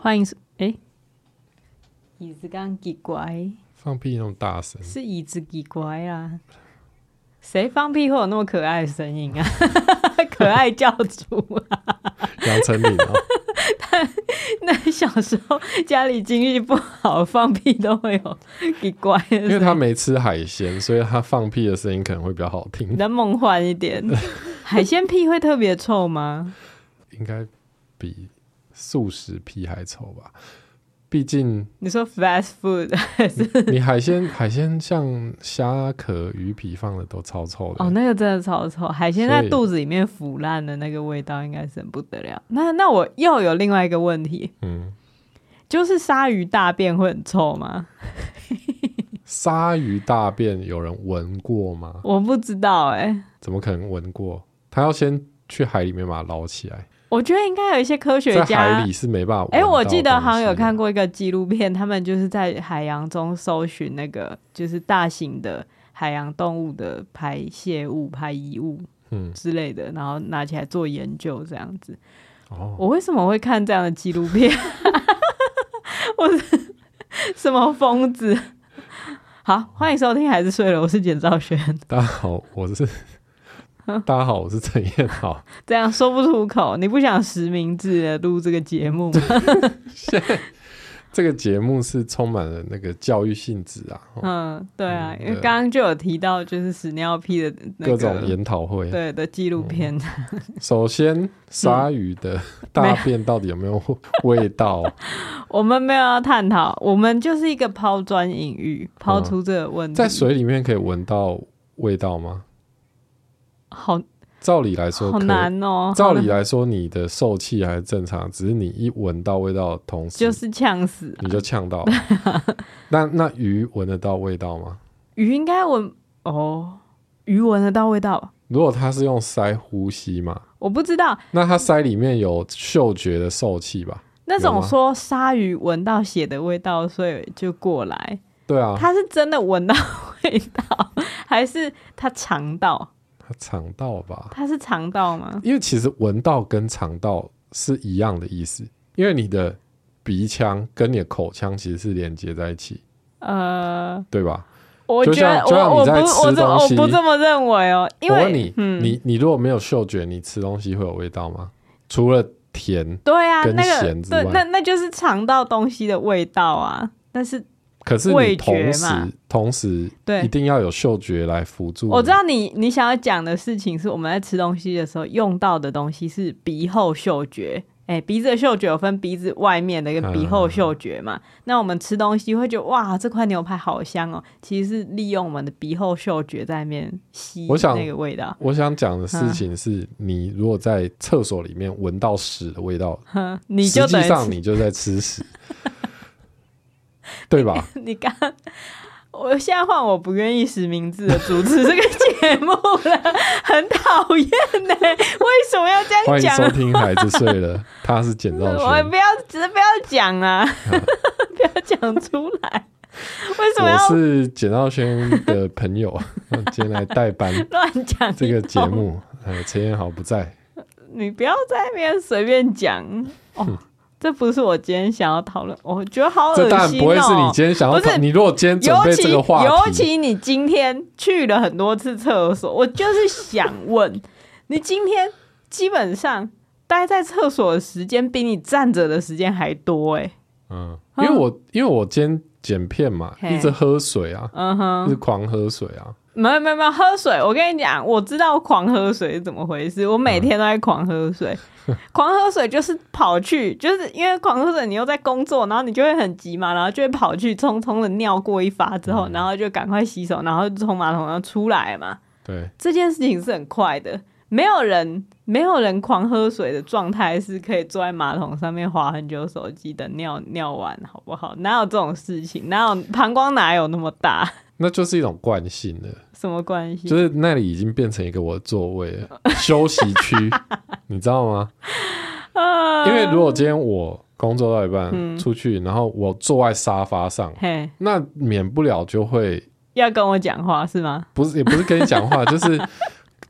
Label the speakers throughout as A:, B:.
A: 欢迎，哎、椅子刚给乖，
B: 放屁那么大声，
A: 是椅子给乖啊。谁放屁会有那么可爱的声音啊？ 可爱教主啊！
B: 杨丞琳 啊，
A: 那小时候家里经济不好，放屁都会有给乖的
B: 因
A: 声
B: 为
A: 音，
B: 他没吃海鲜，所以他放屁的声音可能会比较好
A: 比
B: 听，
A: 较梦幻一点。海鲜屁会特别臭吗？
B: 应该比素食屁还臭吧？毕竟
A: 你说 fast food
B: 你海鲜 海鲜像虾壳、鱼皮放的都超臭的，
A: 哦，那个真的超臭，海鲜在
B: 所以
A: 肚子里面腐烂的那个味道应该是很不得了。那那我又有另外一个问题，
B: 嗯，
A: 就是鲨鱼大便会很臭吗？
B: 鲨鱼大便有人闻过吗？
A: 我不知道哎、
B: 怎么可能闻过？他要先去海里面把它捞起来，
A: 我觉得应该有一些科学
B: 在海
A: 家
B: 里。是没办法闻到
A: 哎、
B: 的东西的。
A: 我记得好像有看过一个纪录片，他们就是在海洋中搜寻那个就是大型的海洋动物的排泄物、排遗物
B: 嗯，
A: 之类的，然后拿起来做研究这样子。
B: 哦，
A: 我为什么会看这样的纪录片？ 我是什么疯子？好，欢迎收听《孩子睡了》，我是简兆轩。
B: 大家好，我 是大家好，我是陈彦豪。
A: 这样说不出口，你不想实名制地录这个节目吗？
B: 这个节目是充满了那个教育性质啊，哦
A: 嗯，对啊，
B: 嗯
A: 因为
B: 对
A: 刚刚就有提到就是屎尿屁的那
B: 各
A: 个
B: 种嗯研讨会。
A: 对的纪录片，
B: 首先，鲨鱼的大便到底有没有味道？
A: 嗯我们没有要探讨，我们就是一个抛砖引玉，抛
B: 嗯
A: 出这个问题。
B: 在水里面可以闻到味道吗？
A: 好
B: 照理来说
A: 好
B: 可以。
A: 难哦，
B: 照
A: 好难
B: 理来说，你的受气还是正常，只是你一闻到味道的同时，
A: 就是呛死啊
B: 你就 呛到了。那那鱼闻得到味道吗？
A: 鱼应该闻哦，鱼闻得到味道吧？
B: 如果它是用鳃呼吸嘛，
A: 我不知道
B: 那它鳃里面有嗅觉的受气吧？
A: 那种
B: 有吗
A: 说鲨鱼闻到血的味道，所以就过来，
B: 对啊，
A: 它是真的闻到味道，还是它尝到？
B: 它肠道吧。
A: 它是尝到吗？
B: 因为其实闻到跟肠道是一样的意思，因为你的鼻腔跟你的口腔其实是连接在一起，
A: 呃，
B: 对吧？
A: 我
B: 就
A: 觉得
B: 像就像
A: 我
B: 你
A: 我不
B: 在吃
A: 我这
B: 东
A: 我
B: 西
A: 不这么认为哦，因
B: 我
A: 为
B: 问你，
A: 嗯，
B: 你你如果没有嗅觉，你吃东西会有味道吗？除了甜，
A: 对啊，
B: 跟
A: 那个
B: 咸之
A: 对
B: 外
A: 那那就是尝到东西的味道啊，但是
B: 可是
A: 味
B: 你
A: 觉
B: 同
A: 嘛
B: 时同时
A: 对
B: 一定要有嗅觉来辅助你。
A: 我知道你你想要讲的事情是我们在吃东西的时候用到的东西是鼻后嗅觉。哎、鼻子的嗅觉有分鼻子外面的跟鼻后嗅觉嘛？
B: 嗯
A: 那我们吃东西会觉得哇，这块牛排好香哦，其实是利用我们的鼻后嗅觉在那边吸
B: 我想
A: 那个味道。
B: 我想讲的事情是，你如果在厕所里面闻到屎的味道，
A: 哼，你就
B: 实
A: 等
B: 际
A: 于
B: 上
A: 吃
B: 你就在吃屎， 对 吧？
A: 你刚，我现在换我不愿意实名制的主持这个节目了，很讨厌 呢。为什么要这样
B: 欢迎
A: 讲
B: 收
A: 啊？
B: 听《孩子睡了》，他是简兆
A: 我
B: 轩
A: 不。要，只是不要讲啊， 不要讲出 来。 为什么
B: 我
A: 要
B: 是简兆轩的 朋友，今天来代班
A: 乱讲
B: 这个节
A: 一通？
B: 目。呃，陈彦豪不在，
A: 你不要在那边随便讲哦。这不是我今天想要讨论，我觉得好恶心
B: 这
A: 哦。
B: 当然不会是你今天想要
A: 不是
B: 讨。你如果今天准
A: 尤
B: 备
A: 其
B: 这个话
A: 尤
B: 题，
A: 其你今天去了很多次厕所，我就是想问， 你今天基本上待在厕所的时间比你站着的时间还多哎、
B: 嗯，因为我因为我今天剪片嘛，
A: 嘿
B: 一直喝水啊，
A: 嗯哼，
B: 一直狂喝水啊。
A: 没有没有没有喝水，我跟你讲，我知道狂喝水是怎么回事，我每天都在狂喝 水。狂喝水就是跑去，就是因为狂喝水，你又在工作，然后你就会很急嘛，然后就会跑去匆匆的尿过一发之
B: 嗯
A: 后，然后就赶快洗手，然后就从马桶上出来嘛。
B: 对，
A: 这件事情是很快的，没有人没有人狂喝水的状态是可以坐在马桶上面划很久手机等尿尿完，好不好？哪有这种事情？哪有膀胱哪有那么大？
B: 那就是一种惯性的，
A: 什么关系？
B: 就是那里已经变成一个我的座位了，休息 区，你知道吗？
A: 啊嗯
B: 因为如果今天我工作到一半出去，然后我坐在沙发上，
A: 嘿，
B: 那免不了就会
A: 要跟我讲话是吗？
B: 不是也不是跟你讲话，就是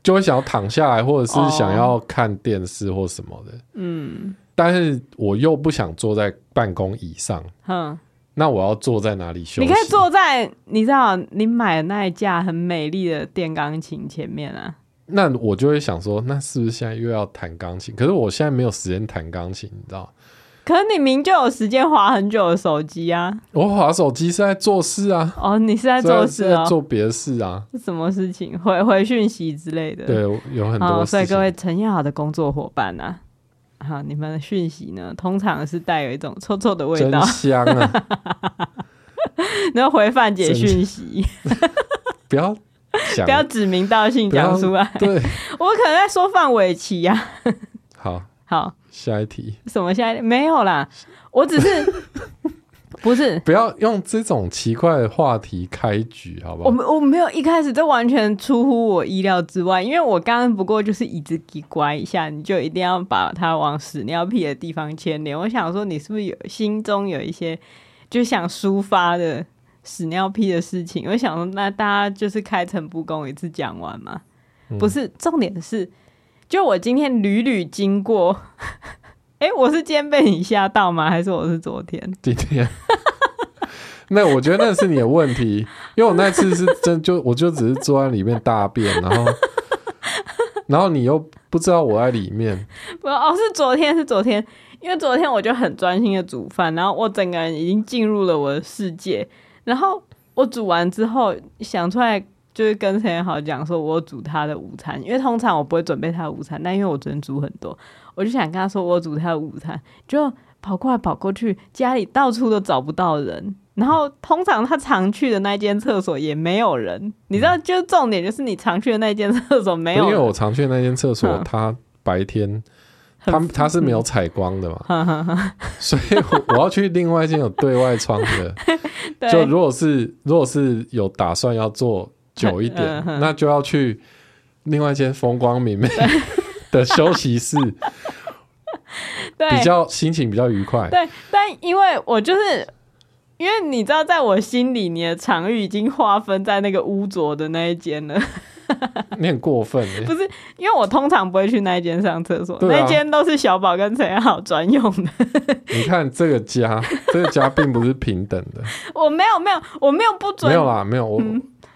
B: 就会想要躺下来，或者是想要看电视或什么的。
A: 哦嗯
B: 但是我又不想坐在办公椅上，
A: 哼，
B: 那我要坐在哪里休息？
A: 你可以坐在你知道你买的那一架很美丽的电钢琴前面啊。
B: 那我就会想说，那是不是现在又要弹钢琴？可是我现在没有时间弹钢琴，你知道吗？
A: 可是你明就有时间划很久的手机啊！
B: 我划手机是在做事啊，
A: 哦，你是在
B: 虽然
A: 做
B: 是
A: 事
B: 在
A: 哦，
B: 做别的事啊。
A: 是什么事情？回回讯息之类的。
B: 对，有很
A: 好，
B: 多
A: 哦所
B: 事
A: 以各
B: 情。
A: 位陈彦豪的工作伙伴啊，好，你们的讯息呢，通常是带有一种臭臭的味
B: 真
A: 道，
B: 香啊！
A: 然后回范姐
B: 真
A: 讯息，
B: 不要想，
A: 不要指名道姓
B: 不要
A: 讲出来。
B: 对，
A: 我可能在说范玮琪呀、啊。
B: 好，
A: 好，
B: 下一题，
A: 什么现在没有啦，我只 是不是
B: 不要用这种奇怪的话题开局，好不
A: 我
B: 好？
A: 没我没有一开始，这完全出乎我意料之外，因为我刚刚不过就是椅子给拐一下，你就一定要把它往屎尿屁的地方牵连。我想说，你是不是有心中有一些就想抒发的屎尿屁的事情？我想说，那大家就是开诚布公一次讲完嘛。不是，重点是，就我今天屡屡经过，哎、我是今天被你吓到吗？还是我是昨天？
B: 今天。 那我觉得那是你的问题，因为我那次是真就我就只是坐在里面大便，然后 然后你又不知道我在里面，
A: 不哦，是昨天，是昨天，因为昨天我就很专心的煮饭，然后我整个人已经进入了我的世界。然后我煮完之后想出来，就是跟陈彦豪讲说，我煮他的午餐，因为通常我不会准备他的午餐，但因为我昨天煮很多，我就想跟他说我煮他的午餐，就跑过来跑过去，家里到处都找不到人。然后通常他常去的那间厕所也没有人，你
B: 嗯
A: 知道，就是重点就是你常去的那间厕所没
B: 因
A: 有
B: 为
A: 人，
B: 我常去那间厕所
A: 嗯，
B: 它白天
A: 很嗯
B: 它它是没有采光的嘛， 所以我我要去另外一间有对外窗的。
A: 对
B: 就如果是如果是有打算要做久一点
A: 嗯，哼
B: 那就要去另外一间风光明媚 的休息室，
A: 对
B: 比较心情比较愉快。
A: 对，但因为我就是因为你知道，在我心里，你的场域已经划分在那个污浊的那一间了。
B: 你很过分欸，
A: 不是，因为我通常不会去那一间上厕所，
B: 对啊
A: 那一间都是小宝跟陈彦豪专用的。
B: 你看这个 家，这个家并不是平等的，
A: 我没有，没有，我没有不准，嗯
B: 没有啦，没有我。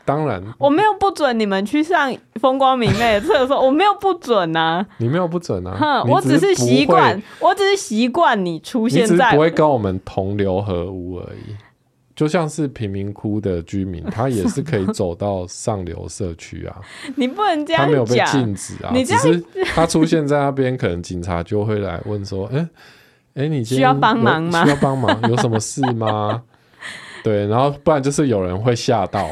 B: 当然，
A: 我没有不准你们去上风光明媚的厕所，我没有不准呐、
B: 你没有不准啊
A: 哼，，我
B: 只
A: 是
B: 不会
A: 习惯，我只是习惯你出
B: 你
A: 现
B: 只是
A: 在
B: 不会跟我们同流合污而已。就像是贫民窟的居民，他也是可以走到上流社区啊，
A: 你不能这
B: 他
A: 样
B: 没有被
A: 讲。
B: 禁止啊。
A: 你这
B: 只
A: 样
B: 是他出现在那边，可能警察就会来问说：“哎、哎、你今天
A: 需要帮忙
B: 有
A: 吗
B: 需要帮忙？有什么事吗？” 对，然后不然就是有人会 吓到，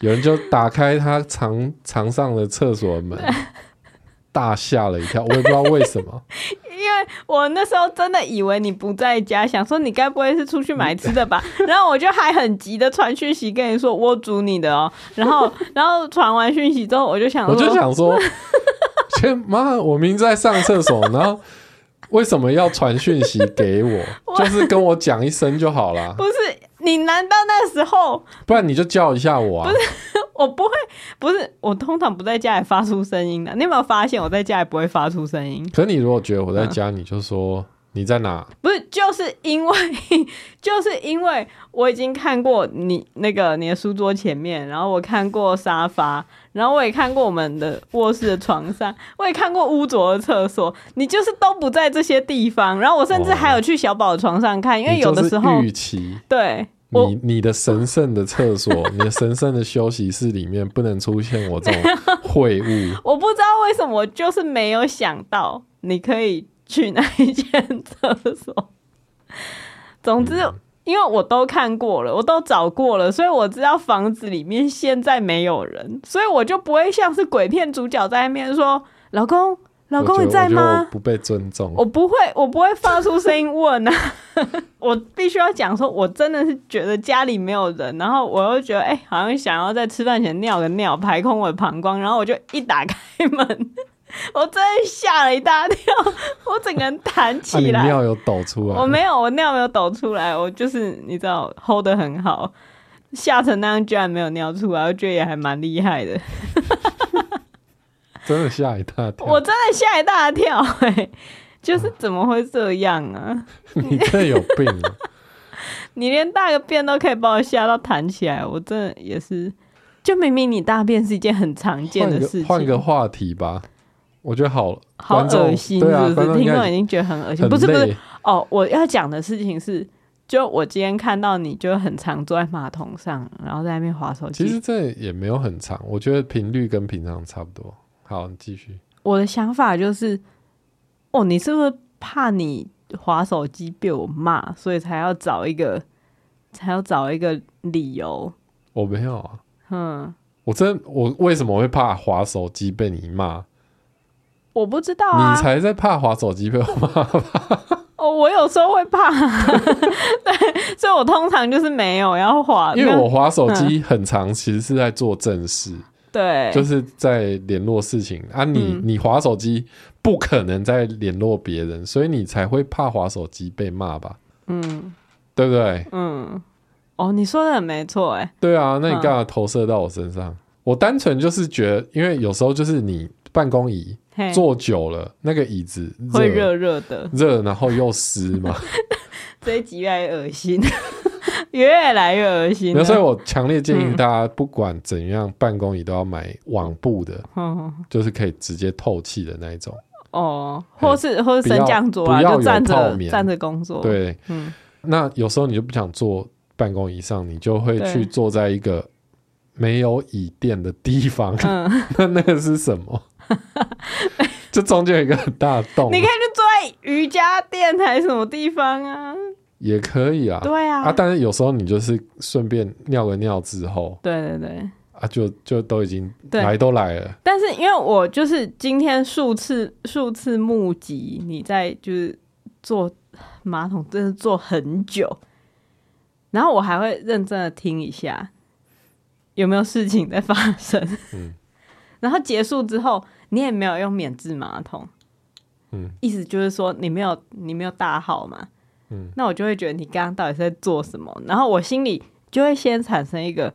B: 有人就打开他常常上的厕所门，大吓了一跳，我也不知道为什 么。
A: 我那时候真的以为你不在家，想说你该不会是出去买吃的 吧？然后我就还很急的传讯息跟你说我煮你的哦。然后， 然后传完讯息之后，我就想
B: 我
A: 说，
B: 就 想说，天妈，我明明在上厕所，然后为什么要传讯息给我？ 就是跟我讲一声就好啦，
A: 不是你，难道那时候
B: 不然你就叫一下我啊。
A: 我不会？不是我通常不在家里发出声音的。你有没有发现我在家里不会发出声音？
B: 可你如果觉得我在
A: 嗯
B: 家，你就说你在哪？
A: 不是，就是因为 就是因为我已经看过你那个你的书桌前面，然后我看过沙发，然后我也看过我们的卧室的床上，我也看过污浊的厕所，你就是都不在这些地方。然后我甚至
B: 哇
A: 还有去小宝的床上看，因为
B: 你
A: 有
B: 就
A: 的
B: 是
A: 时候
B: 预期
A: 对我
B: 你你的神圣的厕 所，你的神圣的休息室里面不能出现我这种秽物。
A: 我不知道为什么，我就是没有想到你可以去那一间厕所。 总之，
B: 嗯
A: 因为我都看过了，我都找过了，所以我知道房子里面现在没有人，所以我就不会像是鬼片主角在那边说：“老公，老
B: 我觉
A: 公
B: 得
A: 你在
B: 我觉得我
A: 吗？”
B: 不被尊重。
A: 我不会，我不会发出声音问啊！ 我必须要讲说，我真的是觉得家里没有人，然后我又觉得，哎、好像想要在吃饭前尿个尿，排空我的膀胱，然后我就一打开门， 我真的吓了一大跳，我整个人弹
B: 啊，你
A: 起来。
B: 尿有抖出来？
A: 我没有，我尿没有抖出来，我就是你知道 hold 得很 好，吓成那样居然没有尿出来，我觉得也还蛮厉害的。
B: 真的吓一大跳。
A: 我真的吓一大跳、哎，就是怎么会这样啊？
B: 你这有病啊！
A: 你连大个便都可以把我吓到弹起来，我真的也是。就明明你大便是一件很常 见
B: 换
A: 的
B: 个
A: 事情，
B: 换个话题吧，我觉得好
A: 好
B: 观众
A: 恶心，
B: 对啊，
A: 是不
B: 观
A: 是？
B: 众应
A: 听
B: 该
A: 众已经觉得很恶心，
B: 很
A: 不是不是
B: 累
A: 哦。我要讲的事情是，就我今天看到你就很常坐在马桶上，然后在那边划手
B: 其实
A: 机。
B: 这也没有很长，我觉得频率跟平常差不多。好，你继续。
A: 我的想法就是，哦，你是不是怕你划手机被我骂，所以才要找一个，才要找一个理由？
B: 我没有啊，
A: 嗯，
B: 我真我为什么会怕滑手机被你骂？
A: 我不知道啊
B: 你。才在怕滑手机被我 骂吧？
A: 哦，我有时候会 怕，对，所以我通常就是没有要划，
B: 因
A: 没
B: 为
A: 有
B: 我滑手机很长，其实是在做正事，
A: 对，
B: 就是在联络事情啊你。你、
A: 嗯
B: 滑手机不可能在联络别人，所以你才会怕滑手机被骂吧？
A: 嗯
B: 对不对？
A: 嗯，哦，你说的很没错，哎，
B: 对啊，那你
A: 嗯
B: 干嘛投射到我身上？我单纯就是觉得，因为有时候就是你办公椅
A: 嘿
B: 坐久了，那个椅子
A: 会热热的，
B: 热，然后又湿嘛。
A: 这一集越来越恶心， 越来越恶心嗯了。
B: 那所以我强烈建议大家，不管怎样，办公椅都要买网布的，
A: 哦
B: 就是可以直接透气的那一种。
A: 哦，或是或是升降桌啊，
B: 不要
A: 就站
B: 不要有
A: 着
B: 泡棉
A: 站着工作。，
B: 对，
A: 嗯，
B: 那有时候你就不想坐办公椅上，你就会
A: 对
B: 去坐在一个没有椅垫的地方。
A: 嗯
B: 那那个是 什么？就中间有一个很大的洞啊
A: 你可以，去坐在瑜伽垫还是什么地方啊？
B: 也可以啊。
A: 对啊，
B: 啊，但是有时候你就是顺便尿个尿之后
A: 对对对。
B: 啊，就就都已经
A: 对
B: 来都来了，
A: 但是因为我就是今天数次数次目击你在就是坐马桶，真的坐很久，然后我还会认真的听一下有没有事情在发生，
B: 嗯
A: 然后结束之后你也没有用免治马桶，
B: 嗯，
A: 意思就是说你没有你没有大号嘛，
B: 嗯，
A: 那我就会觉得你刚刚到底是在做什么，然后我心里就会先产生一个。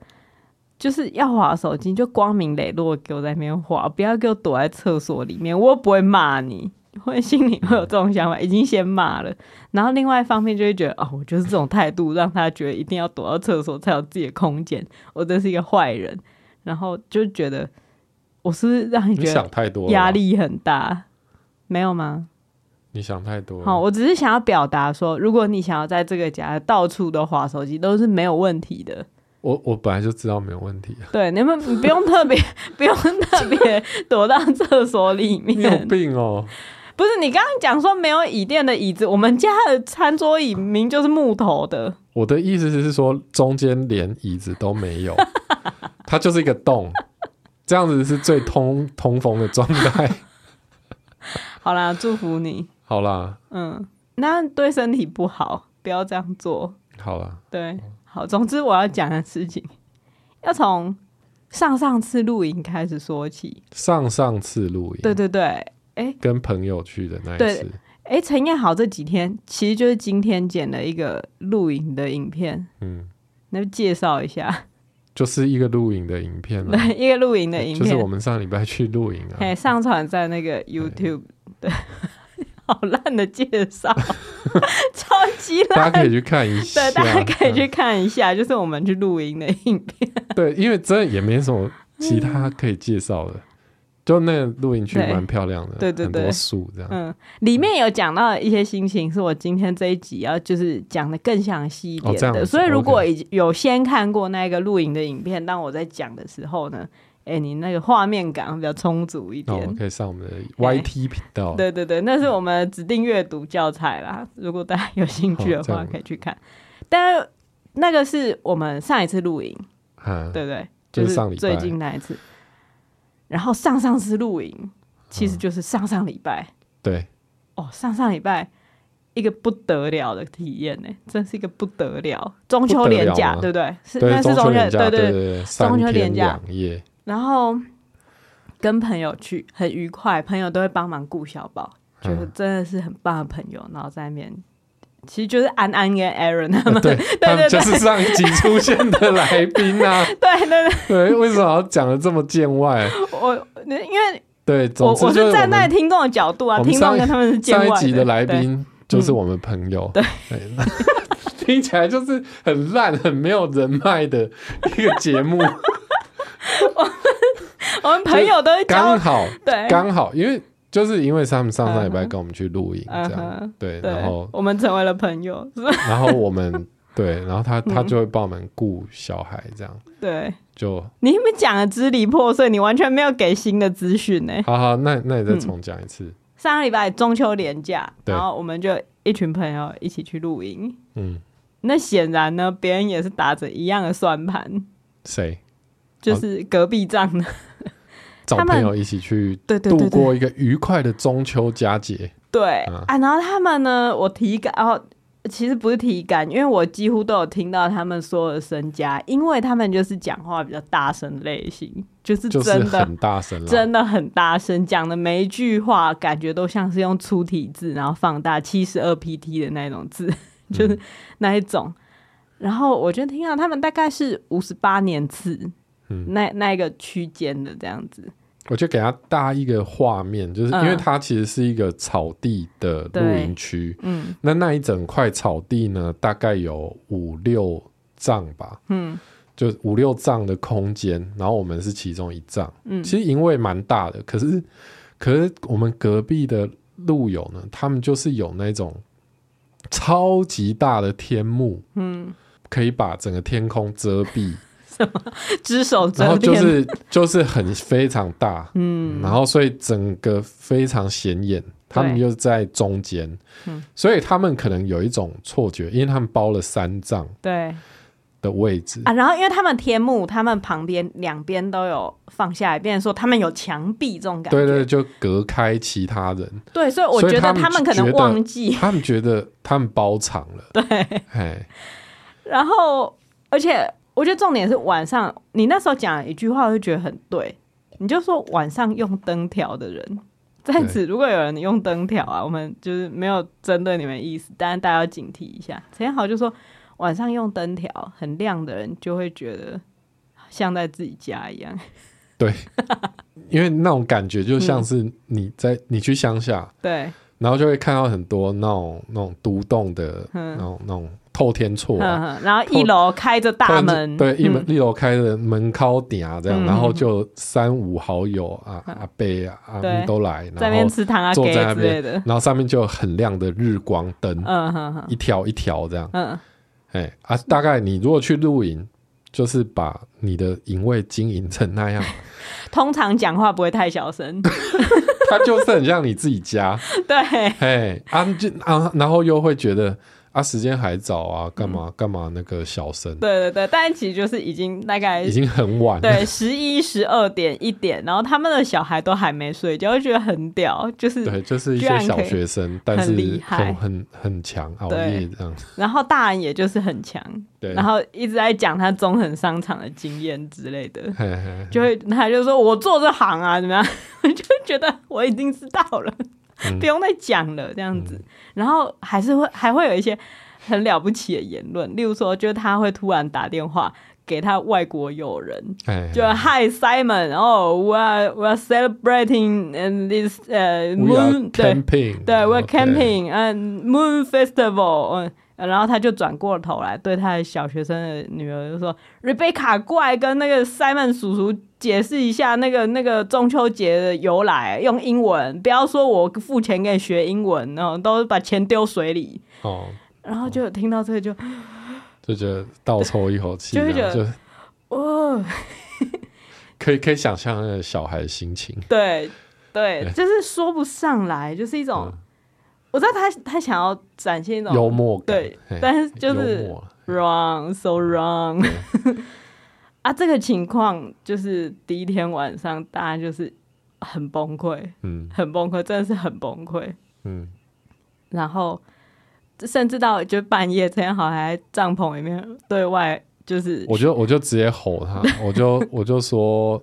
A: 就是要划手机，就光明磊落地给我在那边划，不要给我躲在厕所里面，我又不会骂你，会心里会有这种想
B: 嗯
A: 法，已经先骂了，然后另外一方面就会觉得，哦，我就是这种态度，让他觉得一定要躲到厕所才有自己的空间，我真是一个坏人，然后就觉得我是不是让你
B: 你
A: 觉
B: 想
A: 得
B: 太多了，
A: 压，力很大，没有吗？
B: 你想太多了。
A: 好，我只是想要表达说，如果你想要在这个家到处都划手机，都是没有问题的。
B: 我我本来就知道没有问题 啊，
A: 对，你们你不用特别 不用特别躲到厕所里
B: 你有
A: 面。
B: 病哦！
A: 不是你刚刚讲说没有椅垫的椅子，我们家的餐桌椅明就是木头的。
B: 我的意思是说，中间连椅子都没 有，它就是一个洞，这样子是最通通风的状态。
A: 好啦，祝福你。
B: 好啦，
A: 嗯，那对身体不好，不要这样做。
B: 好啦，
A: 对，好，总之我要讲的事情，要从上上次露营开始说起。
B: 上上次露营，
A: 对对对，
B: 跟朋友去的那一
A: 对
B: 次，
A: 哎，陈彦豪这几天其实就是今天剪了一个露营的影片，
B: 嗯，
A: 那就介绍一下，
B: 就是一个露营的影片 了，
A: 对，一个露营的影
B: 嗯就是我
A: 片，
B: 们上礼拜去露营啊
A: 哎、，上传在那个 YouTube，对，好烂的介绍，
B: 啊
A: 超级
B: 大家
A: 烂，
B: 可以去看一下，啊
A: 对，大家
B: 嗯
A: 可以去看一下，就是我们去露营的影片，
B: 对，因为真的也没什么其他可以介绍的，就那个露营区
A: 对
B: 蛮漂亮的，
A: 对对
B: 很
A: 对
B: 多树这样，
A: 嗯，里面有讲到一些心情，是我今天这一集要就是讲的更详细一点
B: 哦这样
A: 的，
B: 子
A: 所以如
B: OK
A: 果已经有先看过那个露营的影片，当我在讲的时候呢，哎、你那个画面感会比较充足一
B: 那
A: 点
B: 我。们哦可以上我们的 YT 频道，
A: 对对对，那是我们指定阅读教材啦。如果大家有兴趣的
B: 嗯哦这
A: 话，
B: 样
A: 可以去看。但那个是我们上一次露营，
B: 啊，
A: 对不对？
B: 就
A: 就是
B: 上礼拜
A: 最近那一次。然后上上次露营，其实
B: 嗯
A: 就是上上礼拜、
B: 对，
A: 哦，上上礼拜一个不得了的体验呢，真是一个不得了。中秋
B: 不得了
A: 连假
B: 吗
A: 对不对？是
B: 对，
A: 那是
B: 中
A: 秋
B: 连假，
A: 对对。
B: 对对，三
A: 中秋
B: 天
A: 连假
B: 两夜，
A: 然后跟朋友去，很愉快，朋友都会帮忙顾小宝，
B: 嗯
A: 就是真的是很棒的朋友。然后在那边，其实就是安安跟 Aaron 他们，
B: 对，他们
A: 对对
B: 就是上一集出现的来宾啊，
A: 对对对，
B: 对，为什么要讲的这么见外？
A: 我因为
B: 对，
A: 我
B: 总之
A: 我
B: 就是是
A: 站在
B: 们
A: 听众的角度啊，
B: 我们
A: 听众
B: 上
A: 跟他们是见
B: 上
A: 外
B: 一集的来
A: 对嗯
B: 宾就是我们朋友，
A: 对
B: 对，那听起来就是很烂、很没有人脉的一个节 目。
A: 我们朋友都会教
B: 刚好
A: 对，
B: 刚好，因为就是因为他们上上礼
A: 嗯
B: 拜
A: 哼
B: 跟我们去露营，这
A: 嗯
B: 样、
A: 哼，
B: 对，
A: 对
B: 然后，
A: 我们成为了朋友， 是吧？
B: 然后我们对，然后他他
A: 嗯
B: 就会帮我们顾小孩，这样
A: 对
B: 就
A: 你们讲的支离破碎，你完全没有给新的资讯呢。
B: 好好，那那你再
A: 嗯
B: 重讲一次，
A: 上个礼拜中秋连假，
B: 对
A: 然后我们就一群朋友一起去露营。
B: 嗯，
A: 那显然呢，别人也是打着一样的算盘，
B: 谁
A: 就是隔壁帐的，
B: 找
A: 他们
B: 朋友一起去
A: 对对
B: 度
A: 对对
B: 过一个愉快的中秋佳节，
A: 对
B: 嗯
A: 啊。然后他们呢，我体感，哦，其实不是体感，因为我几乎都有听到他们所有的身家，因为他们就是讲话比较大声类型，就是
B: 就是
A: 真的
B: 很大声了，
A: 真的很大声，讲的每一句话感觉都像是用粗体字，然后放大七十二 PT 的那种字， 就是那一种。然后我就听到他们大概是五十八年次，
B: 嗯
A: 那那一个区间的这样子，
B: 我就给他搭一个画面，就是因
A: 嗯
B: 为它其实是一个草地的露营区，
A: 嗯
B: 那那一整块草地呢，大概有五六丈吧，
A: 嗯
B: 就五六丈的空间，然后我们是其中一丈，
A: 嗯
B: 其实营位蛮大的，可是可是我们隔壁的路友呢，他们就是有那种超级大的天幕，
A: 嗯，
B: 可以把整个天空遮蔽，
A: 只手
B: 然
A: 遮
B: 后就
A: 天，
B: 是就是很非常大，
A: 嗯
B: 然后所以整个非常显眼，他们又在中间
A: 嗯，
B: 所以他们可能有一种错觉，因为他们包了三丈
A: 对
B: 的位置，
A: 啊，然后因为他们天幕，他们旁边两边都有放下来，变成说他们有墙壁这种感觉，
B: 对对，就隔开其他 人，
A: 对所以我
B: 所以
A: 觉
B: 他
A: 得
B: 们
A: 他们可能
B: 觉得
A: 忘记
B: 他们觉得他们包场了，对，哎，
A: 然后，而且我觉得重点是晚上，你那时候讲了一句话，我就觉得很对。你就说晚上用灯条的人，在此如果有人用灯条啊，我们就是没有针对你们意思，但是大家要警惕一下。陈彦豪就说晚上用灯条很亮的人，就会觉得像在自己家一 样。
B: 因为那种感觉就
A: 嗯
B: 像是你在你去乡下，
A: 对，
B: 然后就会看到很多那种那种独栋的
A: 嗯
B: 那种那种透天厝啊，
A: 嗯，然后一楼开着大门，
B: 对，一门
A: 嗯
B: 一楼开的门靠顶啊，这样，
A: 嗯
B: 然后就三五好友啊、
A: 嗯
B: 阿伯啊、阿
A: 对
B: 姆都来，
A: 在那
B: 然
A: 边
B: 后
A: 吃糖啊、
B: 坐
A: 给
B: 在那
A: 之类
B: 边
A: 的。
B: 然后上面就有很亮的日光灯，
A: 嗯哼哼，
B: 一条一条这样，
A: 嗯，
B: 哎啊，大概你如果去露营，就是把你的营位经营成 那样，
A: 通常讲话不会太小声。
B: 它就是很像你自己家，
A: 对，
B: 哎啊就啊，然后又会觉得啊时间还早啊，干嘛干嘛那个小声，
A: 嗯对对对，但其实就是已经大概
B: 已经很晚了，
A: 对十一、十二点、一点，然后他们的小孩都还没睡觉，就觉得很屌。就是，
B: 对，就是一
A: 居
B: 些
A: 然
B: 小
A: 可以
B: 学生，但是
A: 很厉害
B: 很很很强，熬
A: 对
B: 夜这样。
A: 然后大人也就是很强，
B: 对，
A: 然后一直在讲他中横商场的经验之类的，
B: 嘿嘿
A: 就会他就说我做这行啊，怎么样？ 我就觉得我已经知道了，
B: 嗯
A: 不用再讲了这样子。然后还是会还会有一些很了不起的言论，例如说，就是他会突然打电话给他外国友人，
B: 哎，
A: 就 Hi Simon，哦、w e are we are celebrating and this 呃、
B: We are
A: moon 对
B: camping，哦
A: 对，we're
B: OK
A: camping and moon festival，嗯，然后他就转过头来对他的小学生的女儿就说，Rebecca 过来跟那个 Simon 叔叔解释一下那个那个中秋节的由来，用英文，不要说我付钱给你学英文，然后都把钱丢水里，
B: 哦，
A: 然后就听到这个就
B: 就觉得倒抽一口气
A: 就
B: 这
A: 会
B: 样，
A: 觉得
B: 就
A: 哦。
B: 可以可以想象那个小孩的心情。
A: 对对
B: 对，
A: 就是说不上来，就是一种，
B: 嗯
A: 我知道他他想要展现一种
B: 幽默感，
A: 对
B: 嘿
A: 但是就
B: 幽
A: 是
B: 默
A: wrong so wrong 啊，这个情况就是第一天晚上大家就是很崩溃，
B: 嗯
A: 很崩溃，真的是很崩溃，
B: 嗯，
A: 然后甚至到就半夜，陈好还在帐篷里面对外就是
B: 我就我就直接 吼他，我就我就说，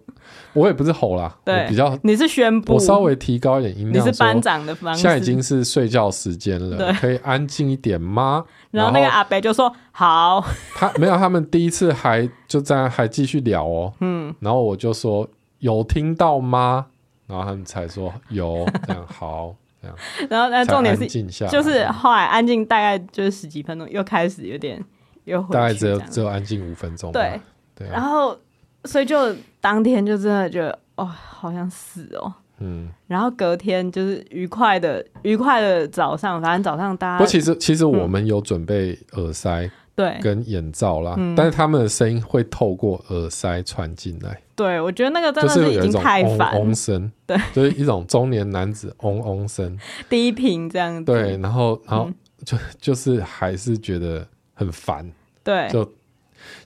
B: 我也不是吼啦，
A: 对
B: 我比较
A: 你是宣布
B: 我稍微提高一点音
A: 你
B: 量，
A: 是班
B: 说
A: 长的方式，
B: 现在已经是睡觉时间了，
A: 对
B: 可以安静一点吗？
A: 然后那个阿北就说好，
B: 他没有，他们第一次还就在还继续聊哦。
A: 嗯
B: 然后我就说有听到吗？然后他们才说有，这样好，这样。
A: 然后 那
B: 才
A: 重点
B: 安
A: 是，
B: 静下来，
A: 就是后来安静大概就是十几分钟，又开始有点又回去
B: 大概只有
A: 这样
B: 只有安静五分钟吧。
A: 对，
B: 对
A: 然
B: 啊，
A: 后所以就当天就真的觉得哦，好想死哦。
B: 嗯。
A: 然后隔天就是愉快的愉快的早上，反正早上大
B: 不过
A: 家
B: 其实其实我们有准备耳塞
A: 对
B: 跟眼罩啦，
A: 嗯
B: 但是他们的声音会透过耳塞传进来，
A: 对，我觉得那个真
B: 就
A: 的是已
B: 有一
A: 经
B: 种
A: 太
B: 嗡
A: 烦，
B: 嗡声，
A: 对，
B: 就是一种中年男子嗡嗡声，
A: 低频这样子，
B: 对，然后然
A: 嗯
B: 后就就是还是觉得很烦，
A: 对
B: 就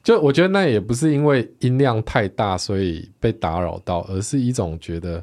B: 就我觉得那也不是因为音量太大所以被打扰到，而是一种觉得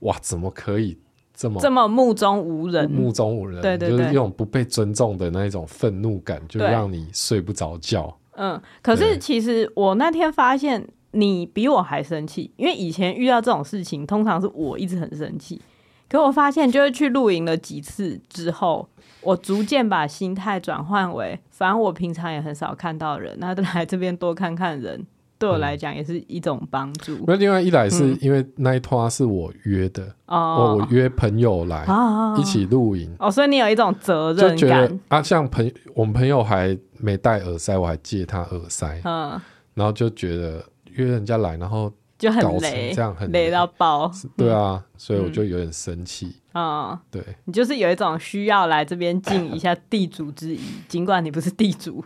B: 哇，怎么可以这么
A: 这么目中无人，
B: 目中无人，
A: 对对
B: 就是
A: 对
B: 一种不被尊重的那一种愤怒感，就
A: 对
B: 让你睡不着觉。
A: 嗯。可是
B: 对
A: 其实我那天发现你比我还生气，因为以前遇到这种事情，通常是我一直很生气。可我发现，就是去露营了几次之后，我逐渐把心态转换为，反正我平常也很少看到人，那来这边多看看人，对我来
B: 嗯
A: 讲也是一种帮助。
B: 那另外一来是因为那一趟是我约的，我
A: 哦
B: 我，约朋友来
A: 啊啊，啊
B: 一起露营，
A: 哦，所以你有一种责
B: 就
A: 任
B: 觉得
A: 感，
B: 啊，像朋我们朋友还没戴耳塞，我还借他耳塞，
A: 嗯，
B: 然后就觉得约人家来，然后
A: 就很
B: 搞成
A: 累，
B: 这样很
A: 累
B: 累
A: 到爆，
B: 对啊，所以我就有点生气。
A: 嗯，
B: 对，
A: 你就是有一种需要来这边尽一下地主之谊，尽管你不是地 主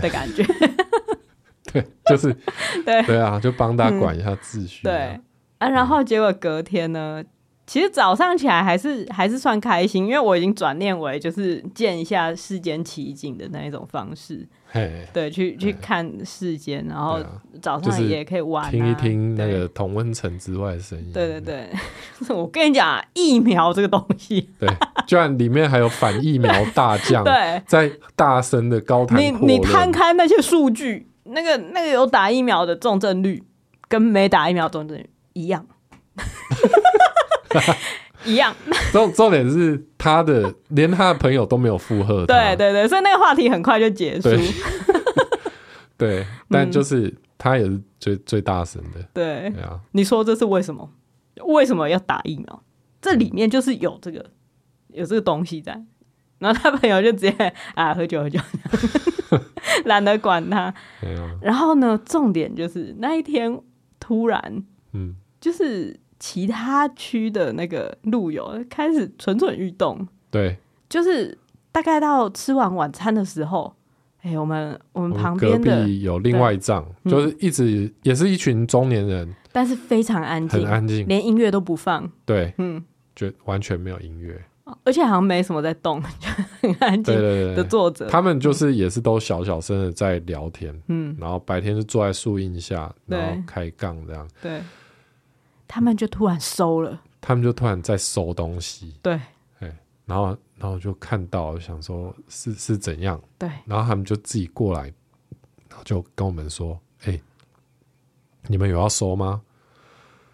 A: 的感觉。
B: 啊对，就是
A: 对嗯
B: 对啊，就帮他管一下秩序啊、
A: 对啊，然后结果隔天呢，其实早上起来还是还是算开心，因为我已经转念为就是见一下世间奇景的那一种方式，
B: 嘿，
A: 对，去去看世间，然后
B: 对啊，
A: 早
B: 就
A: 上
B: 是
A: 也可以玩、啊
B: 听一听那
A: 对
B: 个嗯同温层之外的声音。
A: 对对对， 我跟你讲、啊，疫苗这个东西，
B: 对， 居然里面还有反疫苗大 将
A: 对
B: 在大声的高谈
A: 你
B: 阔
A: 你看
B: 论，
A: 看那些数据，那个那个有打疫苗的重症率跟没打疫苗重症率一样， 一样。
B: 重重点是他 的连他的朋友都没有附和他，
A: 对对对，所以那个话题很快就结束。
B: 对 对
A: 嗯
B: 但就是他也是最最大声的，
A: 对，
B: 对啊，
A: 你说这是为什么？为什么要打疫苗？这里面就是有这个有这个东西在。然后他朋友就直接 啊喝酒喝酒， 懒得管他。
B: 对啊，
A: 然后呢，重点就是那一天突然
B: 嗯，
A: 就是其他区的那个路友开始蠢蠢欲动，
B: 对，
A: 就是大概到吃完晚餐的时候，哎、我们我们
B: 我
A: 旁
B: 们隔
A: 边的，
B: 壁有另外一仗，
A: 对嗯
B: 就是一直也是一群中年人，
A: 但是非常安
B: 很
A: 静，
B: 安静，
A: 连音乐都不放，
B: 对，
A: 嗯，
B: 就完全没有音乐，
A: 而且好像没什么在动， 就很安静
B: 对对
A: 的
B: 对对，
A: 坐着，
B: 他们就是也是都小小声的在聊天，
A: 嗯，
B: 然后白天就坐在树荫下，
A: 对
B: 然后开杠这样。
A: 对，他们就突然收了，
B: 他们就突然在收东西，
A: 对
B: 然后然后我就看到，想说是是怎样，
A: 对，
B: 然后他们就自己过来，然后就跟我们说：“哎、你们有要收吗？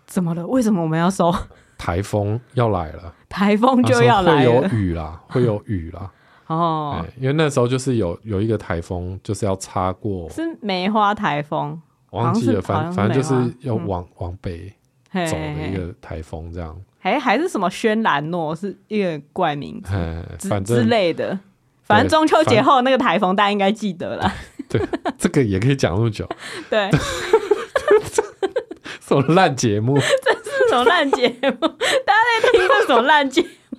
A: 怎么了？为什么我们要收？
B: 台风要来了，
A: 台风
B: 他
A: 就
B: 说
A: 要来
B: 啊
A: 了
B: 会有雨啦，会有雨啦。
A: 哦，
B: 哎，因为那时候就是有有一个台风，就是要擦过，
A: 是梅花台风，
B: 忘记了，
A: 好像
B: 反
A: 是
B: 反正就
A: 好像是
B: 是
A: 梅花
B: 要
A: 嗯哎
B: 往、 往北
A: 嘿
B: 走的一个台风这样。
A: 还哎还是什么轩兰诺是一个怪名字
B: 哎，
A: 之
B: 反
A: 之
B: 正
A: 类的。反正中秋节后那个台风，大家应该记得了。
B: 这个也可以讲那么久，
A: 对，这
B: 什么烂节目。
A: 是什么烂节目？ 大家在听这什么烂节目？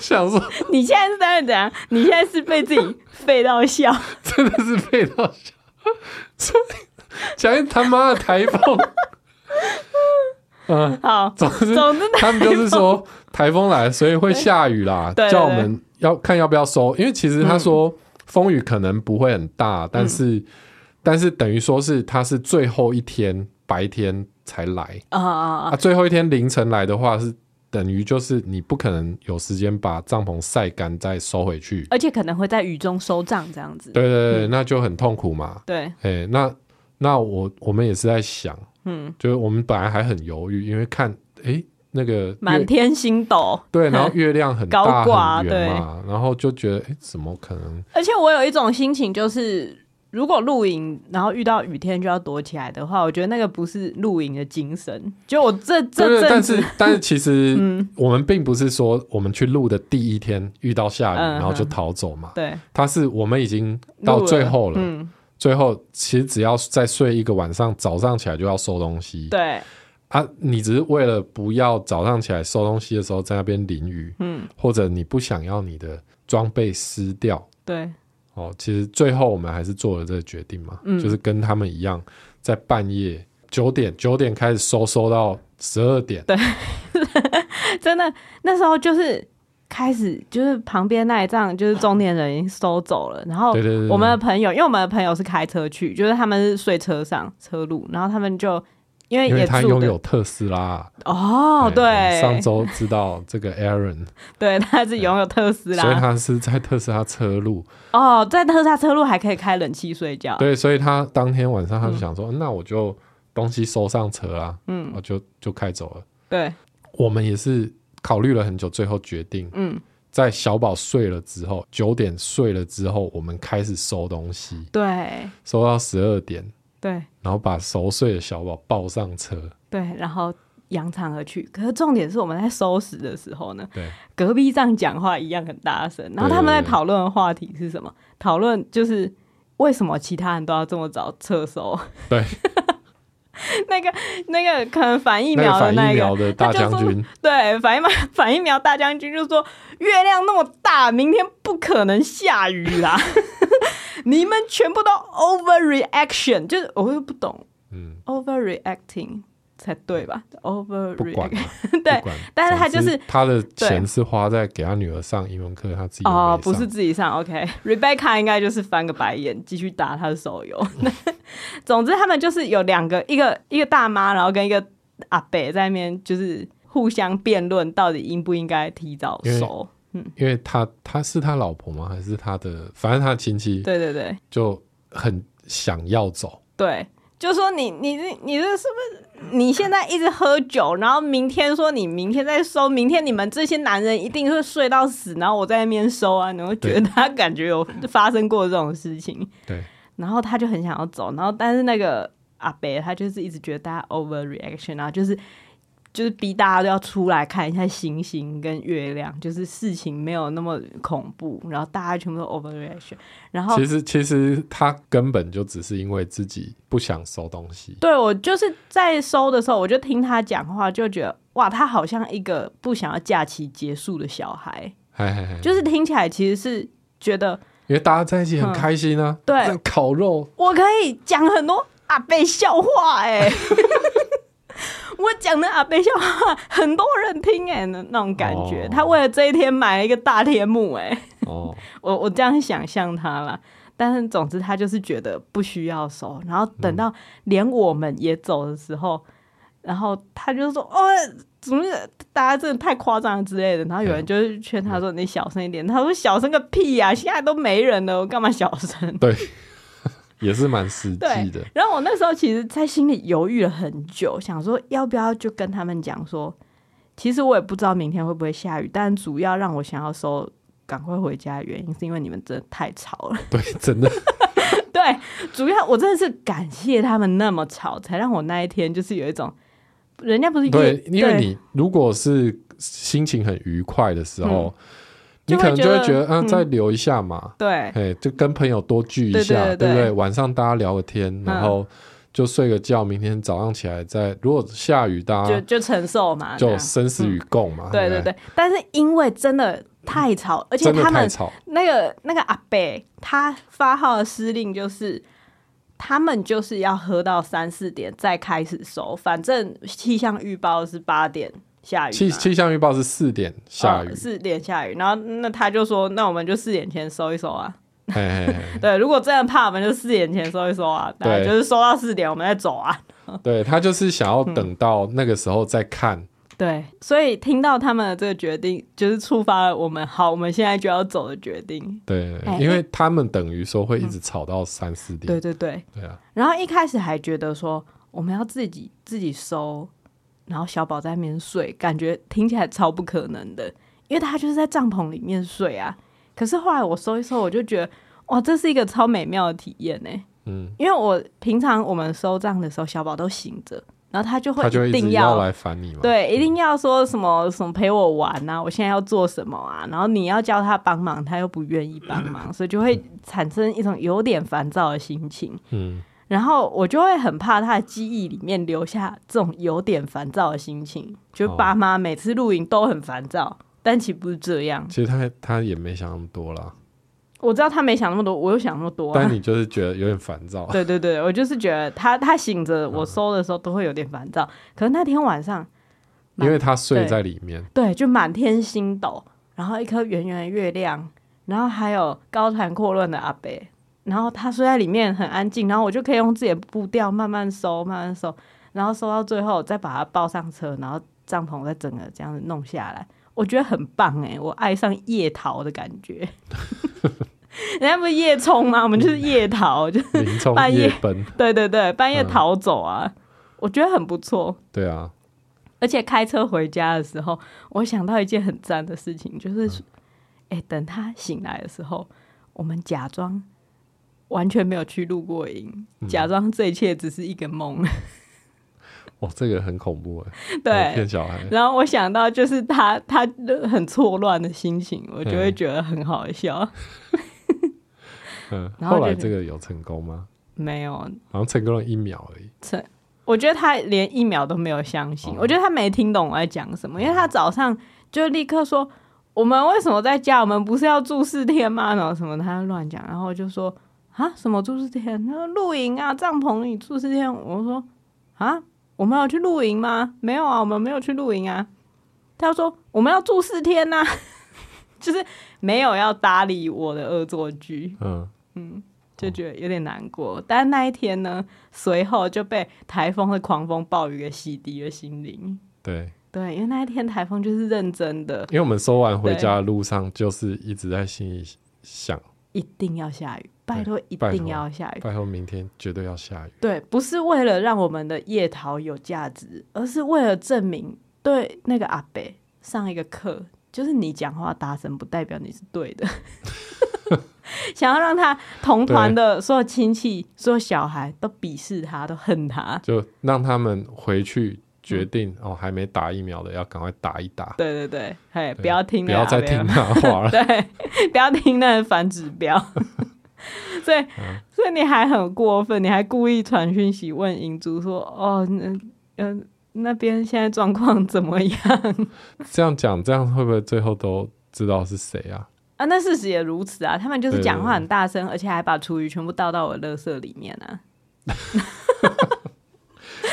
B: 想说
A: 你现在是在怎样？你现在是被自己废到 笑？
B: 真的是配到笑，所以讲一他妈的台风， 嗯、
A: 好，
B: 总之
A: 总之
B: 他们就是说台风来，所以会下雨啦，
A: 对对对嗯
B: 叫我们要看要不要收，因为其实他说风雨可能不会很大，但是、但是等于说是他是最后一天白天才来
A: 啊啊
B: 啊，
A: 啊！
B: 最后一天凌晨来的话是。等于就是你不可能有时间把帐篷晒干再收回去，
A: 而且可能会在雨中收账这样子。
B: 对对对，那就很痛苦嘛。
A: 对，
B: 哎、那那我我们也是在想，
A: 嗯，
B: 就是我们本来还很犹豫，因为看哎、那个
A: 满
B: 月
A: 天星斗。
B: 对，然后月亮很
A: 高
B: 大
A: 挂
B: 很圆嘛，然后就觉得哎、诶怎么可能？
A: 而且我有一种心情，就是如果露营，然后遇到雨天就要躲起来的话，我觉得那个不是露营的精神。就我这这嗯
B: 对，
A: 阵
B: 但
A: 子
B: 是但是 其实我们并不是说我们去录的第一天遇到下雨，
A: 嗯
B: 然后就逃走嘛。
A: 对
B: 它是我们已经到最后了，
A: 嗯，
B: 最后其实只要再睡一个晚上，早上起来就要收东西。
A: 对，
B: 啊，你只是为了不要早上起来收东西的时候在那边淋雨，
A: 嗯，
B: 或者你不想要你的装备湿掉。
A: 对，
B: 哦，其实最后我们还是做了这个决定嘛，
A: 嗯
B: 就是跟他们一样，在半夜九点九点开始收，收到十二点。
A: 真的那时候就是开始，就是旁边那一仗就是中年人已经收走了，然后
B: 对对对对
A: 哦我们的朋友，因为我们的朋友是开车去，就是他们是睡车上车路，然后他们就因为
B: 因
A: 也
B: 为他
A: 住
B: 拥
A: 的
B: 有特斯拉哎
A: 哦，
B: 我们
A: 对，
B: 上周知道这个 Aaron，
A: 对，他是拥有特斯
B: 所以
A: 拉
B: 他是在特斯拉车路，
A: 哦，在特斯拉车路还可以开冷气睡觉，
B: 对，所以他当天晚上他就想说，
A: 嗯
B: 那我就东西收上车啦，嗯，我就就开走了。
A: 对，
B: 我们也是考虑了很久，最后决定，
A: 嗯，
B: 在小宝睡了之后，九点睡了之后，我们开始收东西，
A: 对，
B: 收到十二点，
A: 对，
B: 然后把熟睡的小宝抱上车，
A: 对，然后扬长而去。可是重点是我们在收拾的时候呢，
B: 对，
A: 隔壁站讲话一样很大声，然后他们在
B: 对对对
A: 讨论的话题是什么？讨论就是为什么其他人都要这么早撤收？
B: 对，
A: 那个那个可能反疫
B: 那个
A: 苗的
B: 反
A: 那
B: 疫
A: 一个。
B: 苗的大将 军，
A: 对，反疫苗反疫苗大将军就说月亮那么大，明天不可能下雨 啦。你们全部都 overreaction，就是我又不懂
B: 嗯，
A: overreacting 才对吧？overreact
B: 不管了，
A: 对
B: 不管，
A: 但是他就是
B: 总之他的钱是花在给他女儿上英文课，他自己又没
A: 哦，不
B: 上
A: 是自己上，OK。Rebecca 应该就是翻个白眼，继续打他的手游。 总之，他们就是有两个，一个一个大妈，然后跟一个阿伯在那边就是互相辩论，到底应不应该提早
B: 因为
A: 收。
B: 因为他他是他老婆吗？还是他的？反正他的亲戚
A: 对对对
B: 就很想要走，
A: 对，就说你你你你这是不是你现在一直喝酒，然后明天说你明天再收，明天你们这些男人一定会睡到死，然后我在那边收啊，你会觉得他感觉有发生过这种事情。
B: 对，
A: 然后他就很想要走，然后但是那个阿北他就是一直觉得大家 overreaction 啊，就是就是逼大家都要出来看一下星星跟月亮，就是事情没有那么恐怖，然后大家全部都 overreaction，然后
B: 其实其实他根本就只是因为自己不想收东西，
A: 对我就是在收的时候，我就听他讲话，就觉得哇，他好像一个不想要假期结束的小孩，
B: 嘿嘿嘿，
A: 就是听起来其实是觉得
B: 因为大家在一起很
A: 嗯
B: 开心啊，
A: 对
B: 在烤 肉，
A: 我可以讲很多阿贝笑话哎、我讲的阿贝笑话很多人听哎、那那种感觉。
B: 哦
A: 他为了这一天买了一个大天幕哎、
B: 哦，
A: 我我这样想象他啦。但是总之他就是觉得不需要收，然后等到连我们也走的时候，然后他就说哦。怎么大家真的太夸张了之类的，然后有人就是劝他说：“你小声一点。”他说：“小声个屁呀、现在都没人了，我干嘛小声？”
B: 对，也是蛮实际
A: 对
B: 的，
A: 然后我那时候其实，在心里犹豫了很久，想说要不要就跟他们讲说，其实我也不知道明天会不会下雨，但主要让我想要收赶快回家的原因，是因为你们真的太吵了。
B: 对，真 的，
A: 对，主要我真的是感谢他们那么吵，才让我那一天就是有一种，人家不是夜
B: 对，因为
A: 对
B: 你如果是心情很愉快的时候，你
A: 就会
B: 可能嗯就
A: 觉
B: 会
A: 得
B: 觉得，啊，
A: 嗯
B: 再留一下嘛，
A: 对
B: 哎，就跟朋友多聚一
A: 对对对
B: 下，
A: 嗯
B: 不对？
A: 对
B: 晚上大家聊个天，然后就睡个觉，明天早上起来再，如果下雨，大
A: 就
B: 家
A: 就承受嘛，这
B: 啊就
A: 样
B: 生死与共嘛，
A: 对对
B: 对不
A: 对，但是因为真的太吵，而且
B: 真的
A: 他
B: 太
A: 们
B: 吵，
A: 那个那个阿伯他发号的司令就是，他们就是要喝到三四点再开始收，反正气象预报是八点下雨嘛，哦
B: 气气象预报是四点下雨，
A: 四、4点下雨，然后那他就说，那我们就四点前收一收啊。
B: 嘿嘿嘿，
A: 对，如果真的怕，我们就四点前收一收啊。
B: 对
A: 对，就是收到四点我们再走啊。
B: 对他就是想要等到那个时候再看，
A: 对，所以听到他们的这个决定，就是触发了我们好，我们现在就要走的决定。
B: 对，
A: 哎
B: 因为他们等于说会一直吵到三四点，
A: 对对对，
B: 对啊，
A: 然后一开始还觉得说我们要自己自己收，然后小宝在那边睡，感觉听起来超不可能的，因为他就是在帐篷里面睡啊。可是后来我搜一搜，我就觉得哇，这是一个超美妙的体验呢、
B: 嗯，
A: 因为我平常我们收账的时候，小宝都醒着，然后他就会
B: 他就
A: 一
B: 一直
A: 定
B: 要来烦你嘛。
A: 对，一定要说什么什么陪我玩啊，我现在要做什么啊，然后你要叫他帮忙，他又不愿意帮 忙，所以就会产生一种有点烦躁的心情。
B: 嗯，
A: 然后我就会很怕他的记忆里面留下这种有点烦躁的心情，就是
B: 哦
A: 爸妈每次露营都很烦躁，但其实不是这样。
B: 其实他他也没想那么多啦，
A: 我知道他没想那么多，我又想那么多、啊
B: 但。你就是觉得有点烦躁。
A: 对对对，我就是觉得他他醒着，我收的时候都会有点烦躁。可是那天晚上，
B: 因为他睡
A: 对
B: 在里面，
A: 对，就满天星斗，然后一颗圆圆的月亮，然后还有高谈阔论的阿北，然后他睡在里面很安静，然后我就可以用自己的步调慢慢收，慢慢收，然后收到最后再把它抱上车，然后帐篷再整个这样子弄下来，我觉得很棒哎、我爱上夜逃的感觉。 人家不是夜冲吗？我们就是夜逃，就
B: 林冲
A: 半夜
B: 夜奔，
A: 对对对，半夜
B: 嗯
A: 逃走啊，我觉得很不错。
B: 对啊，
A: 而且开车回家的时候，我想到一件很赞的事情，就是，哎、等他醒来的时候，我们假装完全没有去露过营，假装这一切只是一个梦。
B: 哇，这个很恐怖哎，
A: 对，
B: 骗小孩，
A: 然后我想到就是他他很错乱的心情，我就会
B: 嗯
A: 觉得很好笑。
B: 嗯，
A: 然后
B: 后来
A: 就是
B: 这个有成功吗？
A: 没有，
B: 好像成功了一秒而已，
A: 我觉得他连一秒都没有相信，
B: 哦
A: 我觉得他没听懂我在讲什么，因为他早上就立刻说我们为什么在家，我们不是要住四天吗？然后什么他乱讲，然后我就说啊什么住四天？他说露营啊，帐篷里住四天。我说啊，我们有去露营吗？没有啊，我们没有去露营啊。他说我们要住四天呐、 就是没有要搭理我的恶作剧。
B: 嗯，哦
A: 就觉得有点难过。但那一天呢，随后就被台风的狂风暴雨给洗涤了心灵。
B: 对，
A: 对，因为那一天台风就是认真的，
B: 因为我们收完回
A: 对
B: 家的路上，就是一直在心里想，
A: 一定要下雨，拜托一
B: 拜
A: 定
B: 托
A: 要下雨。
B: 拜托明天绝对要下雨，
A: 对，不是为了让我们的夜逃有价值，而是为了证明对那个阿北上一个课，就是你讲话大声不代表你是对 的。想要让他同团的所有亲戚、所有小孩都鄙视他，都恨他。
B: 就让他们回去决
A: 嗯
B: 定哦，还没打疫苗的要赶快打一打，
A: 对对对，嘿，
B: 对
A: 不要听啊
B: 不
A: 那
B: 要
A: 个阿
B: 再
A: 北
B: 听他的话 了，
A: 对，不要听那反指标。 所以，
B: 嗯
A: 所以你还很过分，你还故意传讯息问银珠说：“哦，那呃那边现在状况怎么样
B: 这样讲，这样会不会最后都知道是谁啊？
A: 啊？”那事实也如此啊，他们就是
B: 对对
A: 讲话很大声，而且还把厨余全部倒到我的垃圾里面啊。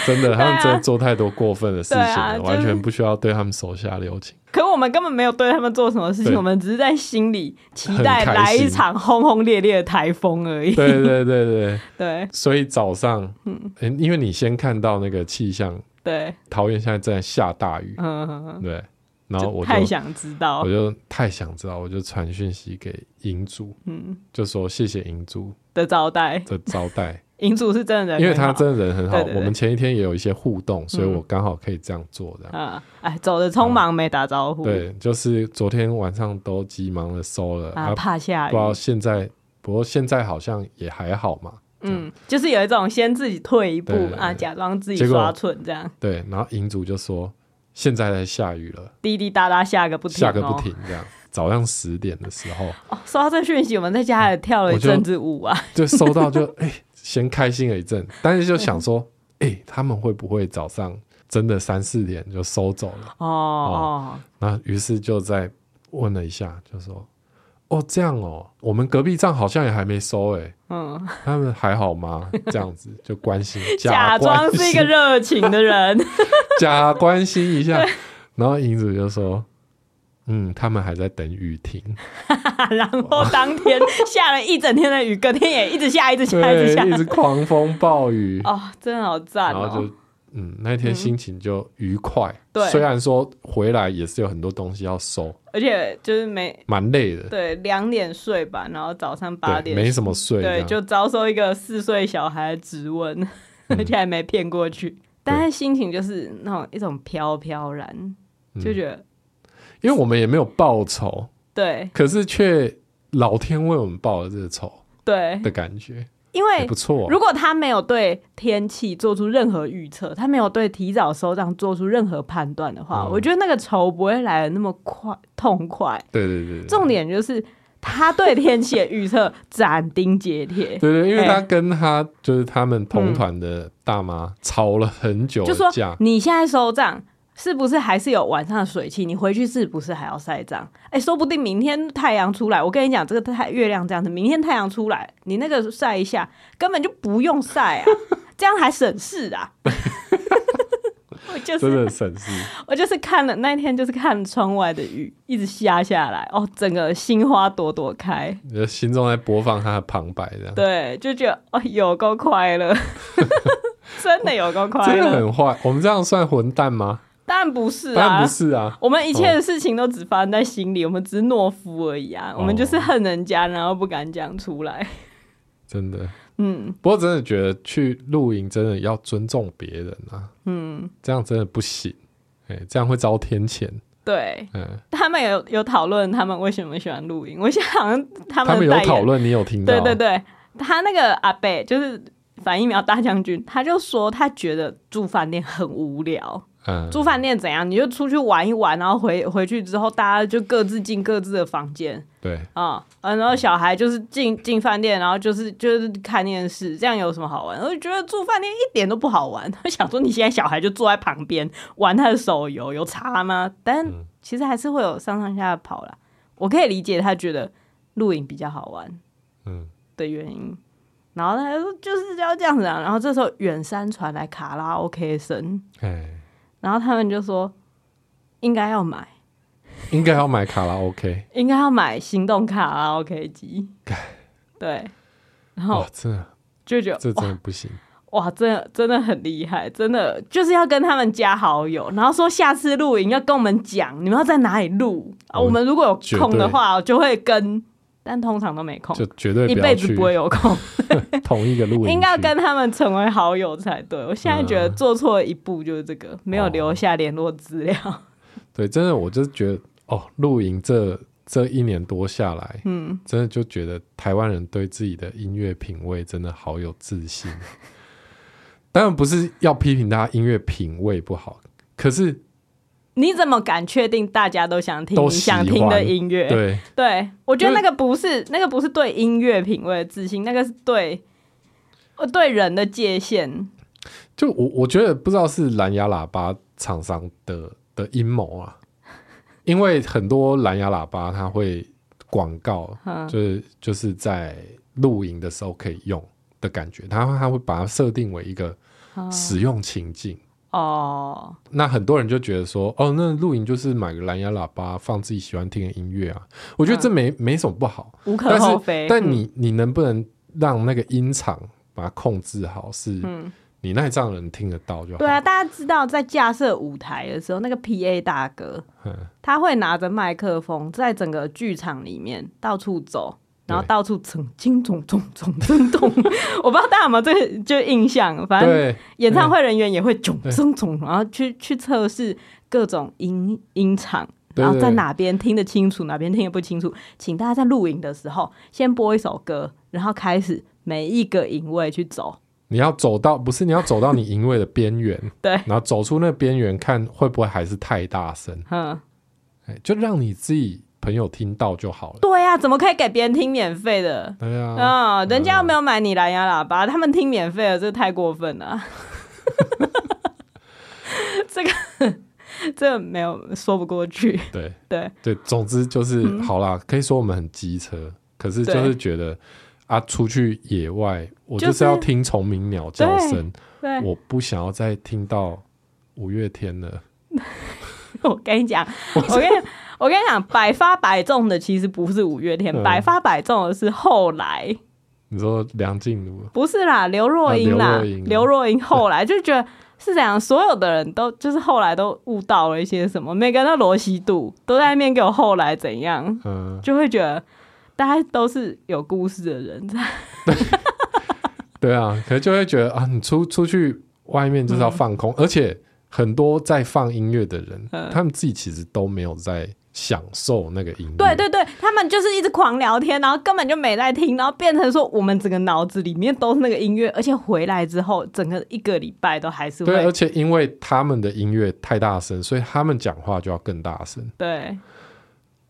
B: 真的，
A: 对啊
B: 他们真的做太多过分的事情
A: 对啊
B: 了，
A: 就是
B: 完全不需要对他们手下留情。
A: 可我们根本没有对他们做什么事情，
B: 对
A: 我们只是在心里期
B: 很
A: 待
B: 开
A: 来一
B: 心
A: 场轰轰烈烈的台风而已。
B: 对对对对，
A: 对
B: 所以早上，嗯、因为你先看到那个气象，
A: 对，
B: 桃园现在正在下大雨，
A: 嗯嗯，嗯
B: 对，然后我就
A: 太想知道
B: 我就太想知道，我就传讯息给银主，嗯，就说谢谢银主
A: 的招待。
B: 的招 待，
A: 银主是真的人很好，
B: 因为他真的人很好
A: 对对，对
B: 我们前一天也有一些互动，所以我刚好可以这样做的。
A: 啊，哎，走的匆忙没打招呼，
B: 对，就是昨天晚上都急忙的收了，
A: 啊，
B: 啊，
A: 怕下
B: 不知道
A: 雨，
B: 现在，不过现在好像也还好嘛。
A: 嗯，就是有一种先自己退一步
B: 对对对
A: 啊，假装自己
B: 结果
A: 刷蠢这样，
B: 对，然后银主就说现在在下雨了，
A: 滴滴答答下个不停、哦，
B: 下 个不停这样。早上十点的时候
A: 哦。收到这讯息，我们在家还跳了一
B: 我就
A: 阵子舞啊，
B: 就收 到就，哎，先开心了一阵，但是就想说，哎、他们会不会早上真的三四点就收走了？
A: 哦哦，
B: 那于是就再问了一下，就说。哦，这样哦，我们隔壁账好像也还没收哎，
A: 嗯，
B: 他们还好吗？这样子就关心，
A: 假装
B: 关
A: 是一
B: 心
A: 个热情的人，
B: 假关心一下。然后银主就说：“嗯，他们还在等雨 停。
A: 然后当天下了一整天的雨，隔天也一直下，一直”下，一直
B: 对
A: 下，，
B: 一直狂风暴雨，
A: 哦，真的好赞
B: 然后
A: 哦
B: 就。嗯，那天心情就愉快。
A: 对
B: 虽然说回来也是有很多东西要收，
A: 而且就是没
B: 蛮累的，
A: 对两点睡吧，然后早上八
B: 对，
A: 点
B: 没什么睡这
A: 对，
B: 样，
A: 就遭受一个四岁小孩的质问，
B: 嗯
A: 而且还没骗过去。但他心情就是那种一种飘飘然，就觉得、
B: 因为我们也没有报仇，
A: 对
B: 可是却老天为我们报了这个仇。
A: 对，
B: 的感觉，
A: 因
B: 嗯也
A: 为
B: 不
A: 哎
B: 错。
A: 如果他没有对天气做出任何预测，他没有对提早收账做出任何判断的话，
B: 嗯
A: 我觉得那个仇不会来的那么快痛快。
B: 对对对对，
A: 重点就是他对天气的预测斩钉截铁，
B: 对对，因为
A: 哎
B: 他跟他、就是他们同团的大妈吵了很久
A: 就
B: 的
A: 说
B: 架，
A: 你现在收账。是不是还是有晚上的水汽？你回去是不是还要晒账？哎、说不定明天太阳出来，我跟你讲，这个太月亮这样子，明天太阳出来，你那个晒一下，根本就不用 晒啊，这样还省事啊。我就
B: 真
A: 是
B: 的省事。
A: 我就是看了那一天，就是看窗外的雨一直下下来，哦，整个心花朵朵开。
B: 你的心中在播放他的旁白，这样
A: 对，就觉得哦，有够快 乐，真的有够快
B: 真
A: 乐。
B: 的很坏。我们这样算混蛋吗？
A: 当然不是
B: 当然
A: 啊，
B: 不是啊。
A: 我们一切的事情都只发生在心里，我们只是懦夫而已啊，我们就是
B: 哦嗯
A: 恨人家，然后不敢讲出来。
B: 真的。
A: 嗯，
B: 不过真的觉得去露营真的要尊重别人啊，嗯，这样真的不行，哎、这样会遭天谴，
A: 对
B: 嗯，
A: 他们有有讨论他们为什么喜欢露营，我现在好像他
B: 他
A: 们
B: 们
A: 的
B: 有
A: 代言
B: 讨论，你有听到？
A: 对对对，他那个阿贝就是反疫苗大将军，他就说他觉得住饭店很无聊。
B: 嗯，
A: 住饭店怎样？你就出去玩一玩，然后回回去之后，大家就各自进各自的房间
B: 对，
A: 啊、嗯然后小孩就是进进饭店，然后就是就是看电视，这样有什么好玩？我就觉得住饭店一点都不好玩。 我想说，你现在小孩就坐在旁边玩他的手游，有差吗？但其实还是会有上上下下跑啦。我可以理解他觉得露营比较好玩，
B: 嗯，
A: 的原因。然后他就说就是要这样子啊。然后这时候远山传来卡拉 OK 声，
B: 哎、
A: 然后他们就说应该要买，
B: 应该要买卡拉 OK，
A: 应该要买行动卡拉 OK 机。对，然后
B: 哇，真的，
A: 就觉得
B: 这真的不行，
A: 哇，真的真的很厉害，真的就是要跟他们加好友，然后说下次露营要跟我们讲你们要在哪里录啊。
B: 我们
A: 我们如果有空
B: 绝
A: 的
B: 对
A: 话，我就会跟，但通常都没空
B: 就，绝对
A: 一
B: 不要
A: 辈子
B: 去
A: 不会有空。
B: 同一个露营，
A: 应该要跟他们成为好友才对。我现在觉
B: 嗯
A: 得做错一步就是这个，没有留下联络资料。
B: 哦对，真的，我就是觉得哦，露营这这一年多下来，嗯，真的就觉得台湾人对自己的音乐品味真的好有自信。当然不是要批评大家音乐品味不好，可是
A: 你怎么敢确定大家都想听
B: 都
A: 你
B: 喜欢
A: 想听的音乐？
B: 对
A: 对我觉得那个不是那个不是对音乐品味的自信，那个是对呃对人的界限。
B: 就我我觉得不知道是蓝牙喇叭厂商的的阴谋啊，因为很多蓝牙喇叭它会广告，就是就是在露营的时候可以用的感觉，它它会把它设定为一个使用情境。
A: 哦，
B: 那很多人就觉得说，哦，那露营就是买个蓝牙喇叭放自己喜欢听的音乐啊，我觉得这没、没什么不好，
A: 无可
B: 但
A: 厚
B: 是
A: 非。
B: 但你你能不能让那个音场把它控制好，是
A: 嗯
B: 你那一仗人听得到就好。
A: 对啊，大家知道在架设舞台的时候，那个 PA 大哥
B: 嗯
A: 他会拿着麦克风，在整个剧场里面到处走，
B: 对
A: 然后到处蹭金咚咚咚咚咚。 我不知道大家有没有这个就印象，反正
B: 对，
A: 演唱会人员也会咚
B: 对
A: 咚咚，然后去去测试各种音音场。
B: 对
A: 然后在
B: 对
A: 哪边听得清楚，哪边听得不清楚，请大家在录影的时候先播一首歌，然后开始每一个营位去走。
B: 你要走到不是你要走到你营位的边缘，
A: 对
B: 然后走出那边缘，看会不会还是太大声，
A: 嗯，
B: 哎，就让你自己朋友听到就好了。
A: 对呀、啊怎么可以给别人听免费的？
B: 对啊，
A: 啊、人家又没有买你蓝牙喇叭，他们听免费的，这太过分 了。这个这个没有说不过去，
B: 对
A: 对
B: 对，总之就是、
A: 嗯
B: 好啦，可以说我们很机车，可是就是
A: 对
B: 觉得啊，出去野外，我
A: 就
B: 就是要
A: 是
B: 听虫鸣鸟叫
A: 对
B: 声，
A: 对，
B: 我不想要再听到五月天了。
A: 我跟你讲，我跟你我跟你讲，百发百中的其实不是五月天，
B: 嗯
A: 百发百中的是后来，
B: 你说梁静茹，
A: 不是啦，刘若英
B: 啊
A: 啦，
B: 刘若英
A: 刘若英后来就觉得。是这样，所有的人都就是后来都悟到了一些什么，每个人都罗西度都在那边给我后来怎样，
B: 嗯，
A: 就会觉得大家都是有故事的人，
B: 对啊，可能就会觉得啊，你出出去外面
A: 嗯
B: 就是要放空，而且很多在放音乐的人，他们自己其实都没有在享受那个音乐。
A: 对对对，他们就是一直狂聊天，然后根本就没在听，然后变成说我们整个脑子里面都是那个音乐，而且回来之后，整个一个礼拜都还是
B: 对，而
A: 会
B: 且因为他们的音乐太大声，所以他们讲话就要更大声。
A: 对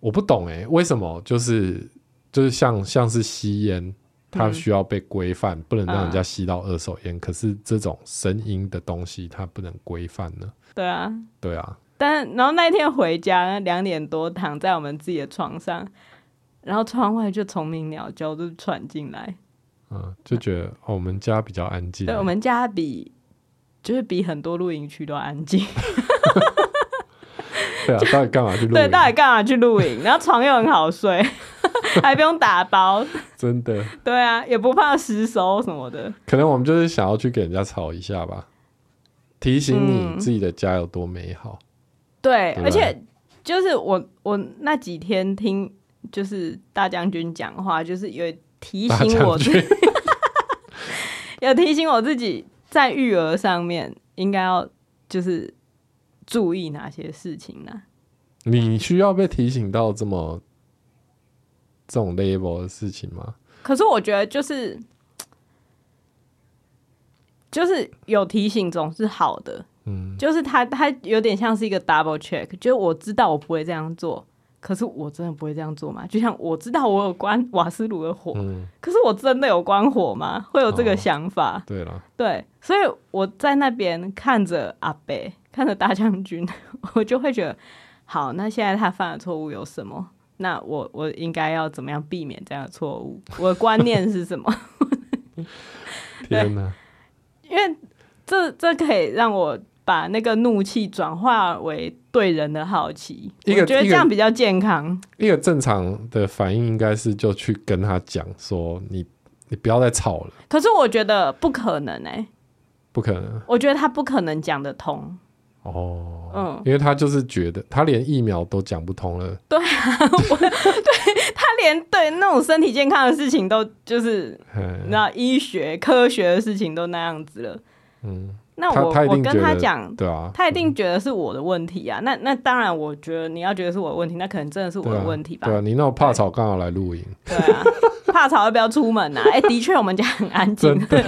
B: 我不懂哎、为什么就是就是像像是吸烟，它需要被规范，不能让人家吸到二手
A: 嗯
B: 烟。可是这种声音的东西，它不能规范呢？
A: 对啊。
B: 对啊，
A: 但然后那一天回家两点多，躺在我们自己的床上，然后窗外就虫鸣鸟叫，就传进来。
B: 嗯，就觉得、哦，我们家比较安静。
A: 对我们家比就是比很多露营区都安静。
B: 对啊，到底干嘛去录？
A: 对，到底干嘛去露营？然后床又很好睡， 还不用打包。
B: 真的，
A: 对啊，也不怕失收什么的。
B: 可能我们就是想要去给人家吵一下吧，提醒
A: 嗯
B: 你自己的家有多美好。
A: 对，
B: 对啊
A: 而且就是我我那几天听就是大将军讲话，就是有提
B: 大
A: 醒我
B: 将
A: 自
B: 军，
A: 有提醒我自己在育儿上面应该要就是注意哪些事情呢、
B: 你需要被提醒到这么这种 label 的事情吗？
A: 可是我觉得就是就是有提醒总是好的，
B: 嗯，
A: 就是他他有点像是一个 double check，就是我知道我不会这样做。可是我真的不会这样做嘛？就像我知道我有关瓦斯炉的火，
B: 嗯，
A: 可是我真的有关火吗？会有这个
B: 哦
A: 想法？
B: 对了，
A: 对，所以我在那边看着阿北，看着大将军， 我就会觉得，好，那现在他犯的错误有什么？那我我应该要怎么样避免这样的错误？我的观念是什么？
B: 天哪！
A: 因为这这可以让我把那个怒气转化为对人的好奇，我
B: 一个
A: 觉得
B: 一
A: 这
B: 个
A: 样比较健康。
B: 一个正常的反应应该是就去跟他讲说你你不要再吵了，
A: 可是我觉得不可能哎、
B: 不可能
A: 我觉得他不可能讲得通。
B: 哦，
A: 嗯，
B: 因为他就是觉得他连疫苗都讲不通了，
A: 他连对那种身体健康的事情都就是
B: 嗯
A: 那医学科学的事情都那样子了，
B: 嗯，
A: 那
B: 他
A: 我
B: 他一
A: 我
B: 定觉
A: 跟他
B: 得
A: 讲，
B: 对啊，
A: 他一定觉得是我的问题啊。那那当然，我觉得你要觉得是我的问题，那可能真的是我
B: 对
A: 的
B: 啊
A: 问题吧
B: 对。啊，你那么怕吵，刚好来露营，
A: 对啊，怕吵要不要出门啊？哎、的确我们家很安静，对，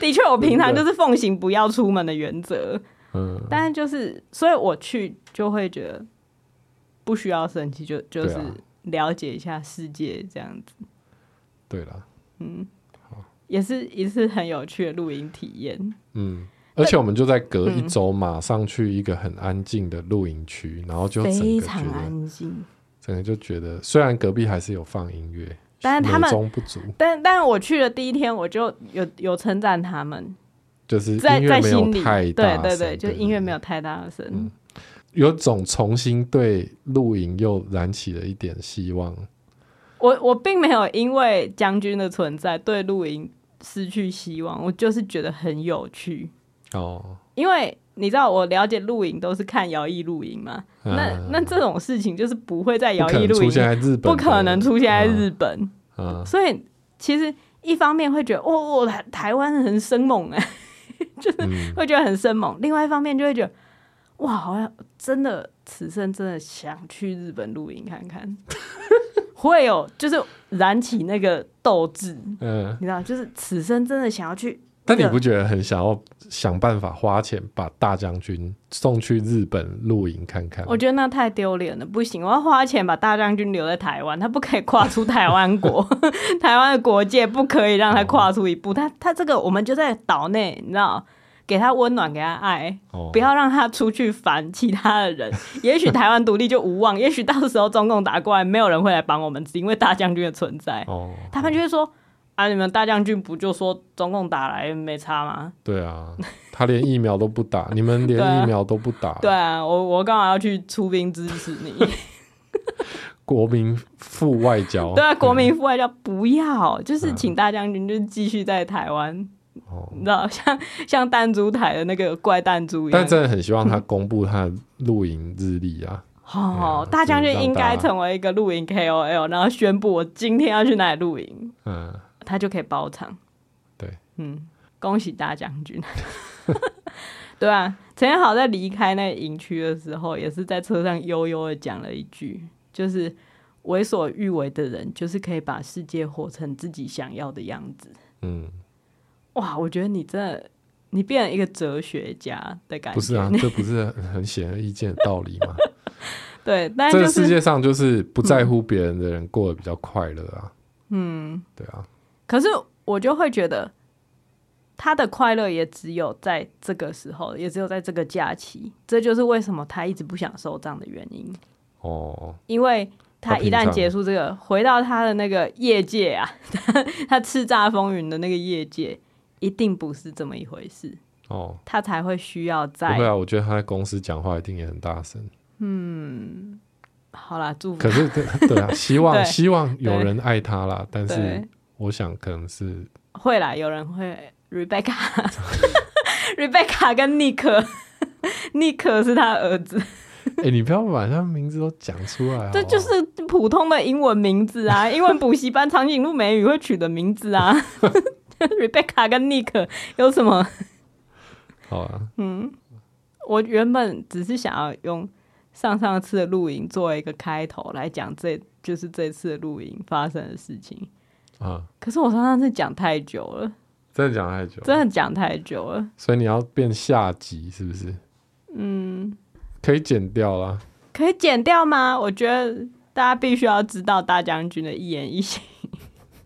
A: 的确我平常就是奉行不要出门的原则，
B: 嗯，
A: 但是就是，所以我去就会觉得不需要生气，就就
B: 对
A: 是
B: 啊
A: 了解一下世界这样子，
B: 对了，
A: 也是一次很有趣的露营体验。
B: 嗯。而且我们就在隔一周，马上去一个很安静的露营区，然后就整
A: 非
B: 个
A: 常
B: 觉得，
A: 安静。
B: 整个就觉得，虽然隔壁还是有放音乐，
A: 但是他
B: 美
A: 们
B: 中不足，
A: 但但我去的第一天，我就有有称赞他们，
B: 就是
A: 在
B: 音乐
A: 在
B: 没
A: 心
B: 有
A: 里，
B: 太
A: 对
B: 大
A: 对对，
B: 声
A: 就音乐没有太大的声。
B: 嗯有种重新对露营又燃起了一点希望。
A: 我我并没有因为将军的存在对露营失去希望，我就是觉得很有趣，
B: 哦，
A: 因为。你知道我了解露营都是看摇曳露营嘛？那
B: 嗯
A: 那这种事情就是不会在
B: 不
A: 摇
B: 可
A: 曳
B: 能
A: 露
B: 出现
A: 营，
B: 在日本的，
A: 不可能出现在日本。
B: 啊，
A: 所以其实一方面会觉得，哦，哦台台湾很生猛哎、
B: 嗯
A: 就是会觉得很生猛；另外一方面就会觉得，哇，好像真的此生真的想去日本露营看看， 会有就是燃起那个斗志，
B: 嗯。
A: 你知道，就是此生真的想要去。
B: 但你不觉得很想要想办法花钱把大将军送去日本露营看看？
A: 我觉得那太丢脸了，不行！我要花钱把大将军留在台湾，他不可以跨出台湾 国，台湾的国界不可以让
B: 哦
A: 他跨出一步。他他这个我们就在岛内，你知道，给他温暖，给他爱，
B: 哦
A: 不要让他出去烦其他的 人。也许台湾独立就无望，也许到时候中共打过来，没有人会来帮我们，只因为大将军的存在。
B: 哦，
A: 他们就会说。啊！你们大将军不就说中共打来没差吗？
B: 对啊，他连疫苗都不打， 你们连
A: 对啊
B: 疫苗都不打，
A: 对啊，我我干嘛要去出兵支持你？
B: 国民赴外交，嗯
A: 对啊，国民父外交不要，就是请大将军就是继续在台湾，
B: 哦。
A: 你知道， 像像弹珠台的那个怪弹珠一样
B: 但。真的很希望他公布他的露营日历啊，
A: 哦
B: 对啊，
A: 大将军应该
B: 就是让大家
A: 成为一个露营 KOL，然后宣布我今天要去哪里露营，
B: 嗯，
A: 他就可以包场。
B: 对，
A: 嗯，恭喜大将军。 对啊，陈彦豪在离开那个营区的时候，也是在车上悠悠的讲了一句，就是为所欲为的人，就是可以把世界活成自己想要的样子。
B: 嗯，
A: 哇，我觉得你真的，你变成一个哲学家的感觉。
B: 不是啊，这不是很显而易见的道理吗？
A: 对，但
B: 这
A: 就
B: 个世
A: 是，
B: 界上就是不在乎别人的人过得比较快乐啊。嗯，对啊，
A: 可是我就会觉得，他的快乐也只有在这个时候，也只有在这个假期。这就是为什么他一直不想收账的原因，
B: 哦，
A: 因为。他
B: 他
A: 一
B: 平
A: 旦
B: 常啊
A: 结束这个，回到他的那个业界啊，他他叱咤风云的那个业界，一定不是这么一回事，
B: 哦，
A: 他才会需要
B: 不
A: 在
B: 会啊，我觉得他在公司讲话一定也很大声。
A: 好啦，祝福
B: 可是，对对啊，希
A: 对
B: 望希望有人爱他啦，但
A: 对
B: 是我想可能是
A: 会啦，有人会 Rebecca，Rebecca 跟 Nick，Nick 是他儿子，
B: 哎、你不要把他名字都讲出来，
A: 这
B: 好不好
A: 就是普通的英文名字啊， 英文补习班长颈鹿美语会取的名字啊。Rebecca 跟 Nick 有什么？
B: 好啊。
A: 我原本只是想要用上上次的录影作为一个开头来讲这，就是这次的录影发生的事情。
B: 啊，
A: 可是我上上次讲太久了，
B: 真的讲太久，
A: 真的讲太久了。
B: 所以你要变下集是不是？嗯，可以剪掉啦。
A: 可以剪掉吗？我觉得大家必须要知道大将军的一言一行，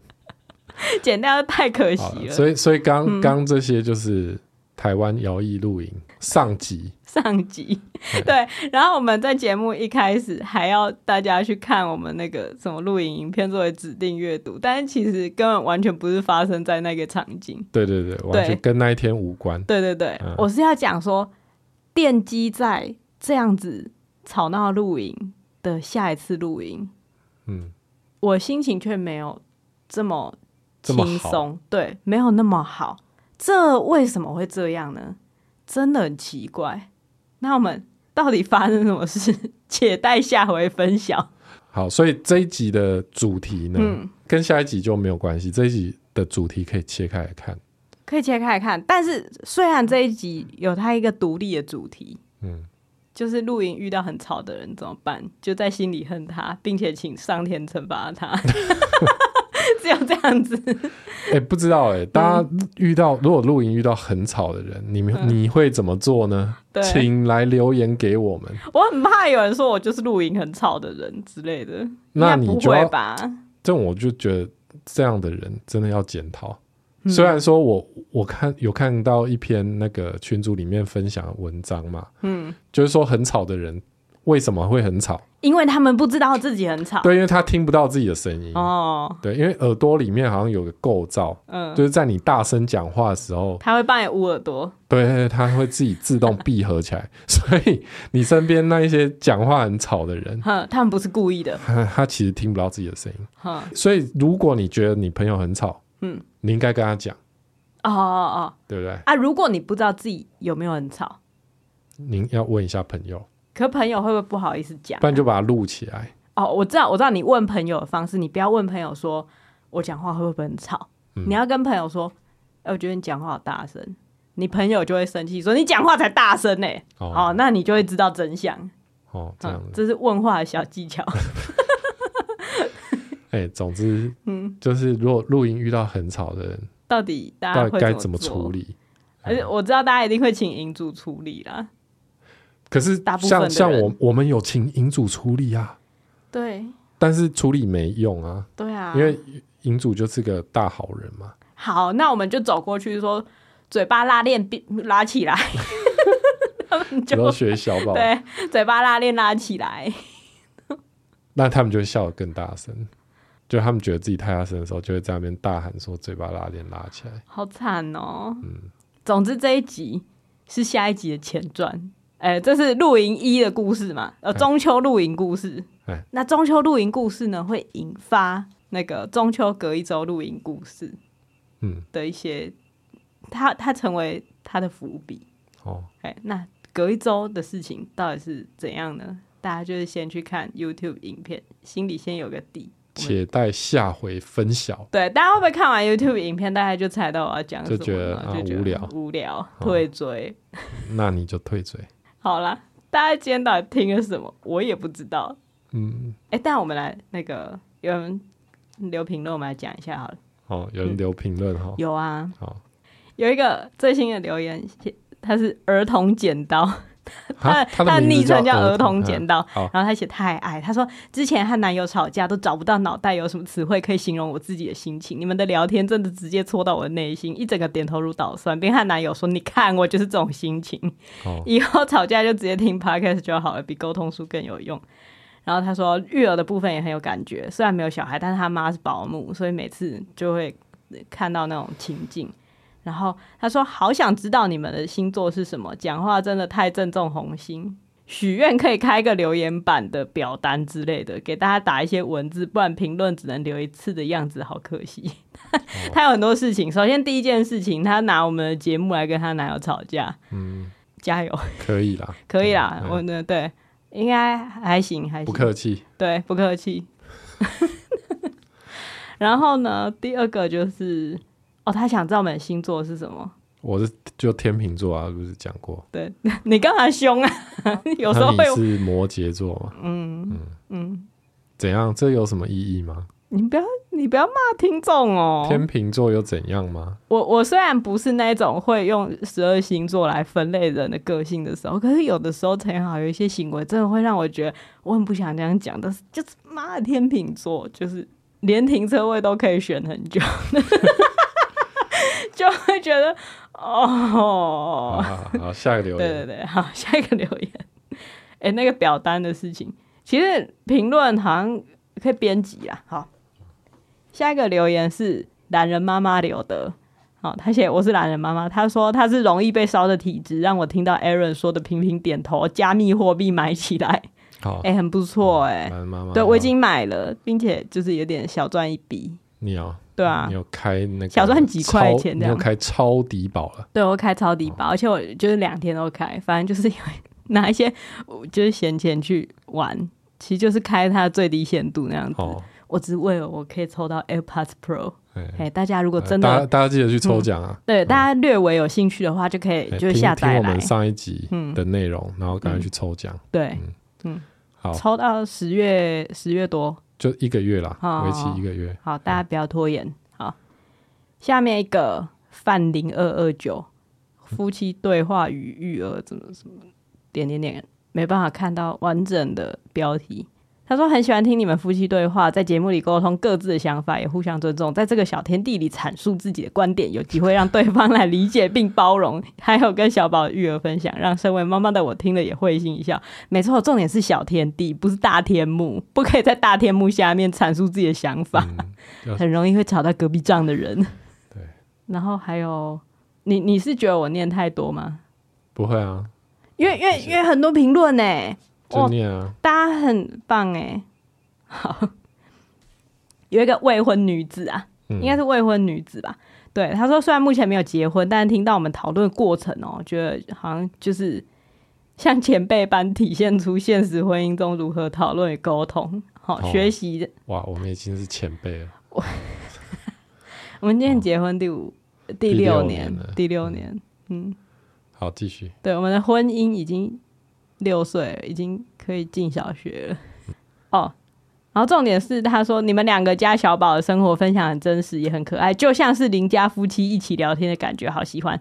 A: 剪掉太可
B: 好
A: 惜
B: 了，
A: 了。嗯
B: 所以所以刚刚这些就是台湾摇曳露营上集，
A: 上集
B: 嗯
A: 对，然后我们在节目一开始还要大家去看我们那个什么录影影片作为指定阅读，但是其实根本完全不是发生在那个场景。
B: 对对对，完全跟那一天无关。
A: 对对对，
B: 嗯
A: 我是要讲说，奠基在这样子吵闹露营的下一次露营，
B: 嗯，
A: 我心情却没有这么
B: 这么
A: 轻
B: 好
A: 松，对，没有那么好。这为什么会这样呢？真的很奇怪。那我们到底发生什么事？且待下回分晓。
B: 好，所以这一集的主题呢，
A: 嗯
B: 跟下一集就没有关系。这一集的主题可以切开来看。
A: 可以切开来看，但是虽然这一集有它一个独立的主题，
B: 嗯，
A: 就是露营遇到很吵的人怎么办？就在心里恨他，并且请上天惩罚 他。 只有这样子，
B: 哎、不知道哎、大家
A: 嗯
B: 遇到、如果露营遇到很吵的人，你们、你会怎么做呢
A: 对？
B: 请来留言给我们。
A: 我很怕有人说我就是露营很吵的人之类的。应
B: 那
A: 该
B: 你
A: 不
B: 就
A: 会
B: 要
A: 吧？
B: 这种我就觉得这样的人真的要检讨。
A: 嗯
B: 虽然说我我看有看到一篇那个群组里面分享的文章嘛，
A: 嗯，啊
B: 就是说很吵的人为什么会很吵？
A: 因为他们不知道自己很吵。
B: 对，因为他听不到自己的声音。
A: 哦，
B: 对，因为耳朵里面好像有个构造，
A: 嗯，
B: 就是在你大声讲话的时候，
A: 他会帮你捂耳朵。
B: 对对，对它会自己自动闭合起来。 所以你身边那一些讲话很吵的人，
A: 哼，他们不是故意的。
B: 他他其实听不到自己的声音。
A: 哼，
B: 所以如果你觉得你朋友很吵，
A: 嗯，
B: 你应该跟他讲，
A: 哦哦哦
B: 对不对？
A: 啊！如果你不知道自己有没有很吵，
B: 您要问一下朋友，
A: 可朋友会不会不好意思讲
B: 不？然就把它录起来。
A: 哦，我知道，我知道你问朋友的方式，你不要问朋友说我讲话会不会很吵，
B: 嗯
A: 你要跟朋友说，哎、我觉得你讲话好大声，你朋友就会生气，说你讲话才大声呢、哦，
B: 哦
A: 那你就会知道真相。
B: 哦，这样
A: 嗯，
B: 子。
A: 这是问话的小技 巧。
B: 哎，总之，嗯，就是如果录音遇到很吵的人，
A: 到底大家
B: 到底
A: 会
B: 该
A: 怎
B: 怎么处
A: 理？
B: 理？嗯
A: 而且我知道大家一定会请银主处理啦。
B: 可是
A: 大部分的
B: 像像
A: 人
B: 我我们有请银主处理啊，
A: 对
B: 但是处理没用啊，
A: 对啊，
B: 因为银主就是个大好人嘛。
A: 好，那我们就走过去说，嘴巴拉链闭拉起 来，他们
B: 然后
A: 就
B: 学小宝，
A: 对嘴巴拉链拉起来。
B: 嗯那他们就会笑得更大声。就他们觉得自己太大声的时候，就会在那边大喊说：“嘴巴拉链拉起来。
A: 好惨哦。
B: 嗯
A: 总之这一集是下一集的前传，哎、这是露营一的故事嘛？呃，中秋露营故事。
B: 哎
A: 那中秋露营故事呢，会引发那个中秋隔一周露营故事，
B: 嗯，
A: 的一些，它它成为它的伏笔。”
B: 哦，
A: 哎，那隔一周的事情到底是怎样呢？大家就是先去看 YouTube 影片，心里先有个底。
B: 且待下回分晓。
A: 对，大家会不会看完 YouTube 影片，大概就猜到我要讲什么
B: 就觉得
A: 了
B: 啊
A: 就觉得嗯
B: 无聊
A: 无聊，退追。
B: 那你就退追。
A: 好啦，大家今天到底听了什么，我也不知道。
B: 嗯，
A: 哎、但我们来那个有人留评论，我们来讲一下好了。
B: 好，哦有人留评论哈。
A: 有啊，
B: 好，
A: 有一个最新的留言，写他是儿童剪刀，
B: 哈
A: 他
B: 啊他
A: 的
B: 名字
A: 昵称叫儿童
B: 童嗯
A: 剪刀
B: 好，
A: 然后他写太爱，他说之前和男友吵架都找不到脑袋有什么词汇可以形容我自己的心情，你们的聊天真的直接戳到我的内心，一整个点头如捣蒜，边和男友说你看我就是这种心情，
B: 哦，
A: 以后吵架就直接听 podcast 就好了，比沟通书更有用。然后他说育儿的部分也很有感觉，虽然没有小孩，但是他妈是保姆，所以每次就会看到那种情境。然后他说好想知道你们的星座是什么，讲话真的太正中红心。许愿可以开个留言板的表单之类的，给大家打一些文字，不然评论只能留一次的样子，好可惜。
B: 哦
A: 他有很多事情，首先第一件事情，他拿我们的节目来跟他男友吵架，
B: 嗯，
A: 加油！
B: 可以啦，
A: 可以啦，
B: 嗯
A: 我呢对，应该还行，还行，
B: 不客气。
A: 对，不客气。 然后呢，第二个就是，哦，他想知道我们的星座是什么？
B: 我是就天秤座啊，不是讲过？
A: 对你干嘛凶 啊？有时
B: 那
A: 候
B: 你
A: 会，
B: 是摩羯座嘛？
A: 嗯，
B: 怎样？这有什么意义吗？
A: 你不要，你不要骂听众哦。
B: 天秤座有怎样吗？
A: 我我虽然不是那种会用十二星座来分类人的个性的时候，可是有的时候陈好有一些行为真的会让我觉得我很不想这样讲，但是就是妈的天秤座，就是连停车位都可以选很久， 就会觉得
B: 好
A: 哦，
B: 啊好好，下一个留
A: 对对
B: 言。
A: 对，好，下一个留言， 哎、那个表单的事情，其实评论好像可以编辑啦。好，下一个留言是懒人妈妈留的。好，他写我是懒人妈妈，他说他是容易被烧的体质，让我听到 Aaron 说的频频点头，加密货币买起来，
B: 好，
A: 哎、很不错哎、
B: 来妈妈。
A: 对我已经买了，并且就是有点小赚一笔，
B: 你哦，
A: 对啊
B: 你有开那个
A: 小赚几块
B: 超
A: 钱这
B: 你
A: 样
B: 有开超低保了。
A: 对我开超低
B: 哦
A: 保，而且我就是两天都开，反正就是因为 拿一些我就是闲钱去玩，其实就是开它最低限度那样子。
B: 哦，
A: 我只为了我可以抽到 AirPods Pro，
B: 哎，
A: 哎、大家如果
B: 呃
A: 真
B: 大家
A: 的嗯
B: 大家记得去抽奖啊！
A: 对大家略微有兴趣的话，就可以
B: 哎
A: 就
B: 听
A: 下
B: 听
A: 载
B: 我
A: 来嗯
B: 们，上一集的内容，然后赶快去抽奖。
A: 对，
B: 好，
A: 抽到十月十月多，
B: 就一个月啦，
A: 哦
B: 为期一个月。
A: 好，大家不要拖延。好，下面一个范零二二九夫妻对话与育儿怎么怎么点点点，没办法看到完整的标题。他说很喜欢听你们夫妻对话，在节目里沟通各自的想法，也互相尊重，在这个小天地里阐述自己的观点，有机会让对方来理解并包容，还有跟小宝的育儿分享，让身为妈妈的我听了也会心一笑。没错，重点是小天地，不是大天幕，不可以在大天幕下面阐述自己的想法。
B: 嗯，
A: 很容易会吵到隔壁站的人。
B: 对，
A: 然后还有，你你是觉得我念太多吗？
B: 不会啊，
A: 因为因为因为很多评论呢，
B: 就
A: 哦
B: 念啊。
A: 大家很棒哎。好， 有一个未婚女子啊，
B: 嗯
A: 应该是未婚女子吧？对，她说虽然目前没有结婚，但是听到我们讨论的过程哦、觉得好像就是像前辈般体现出现实婚姻中如何讨论与沟通，好、
B: 哦
A: 学习。
B: 哇，我们已经是前辈了。
A: 我们今天结婚第五、第
B: 哦第
A: 六
B: 六
A: 年
B: 年了，
A: 第六年，嗯。
B: 好，继续。
A: 对，我们的婚姻已经六岁了，已经可以进小学了。哦，然后重点是他说你们两个家小宝的生活分享很真实，也很可爱，就像是邻家夫妻一起聊天的感觉，好喜欢。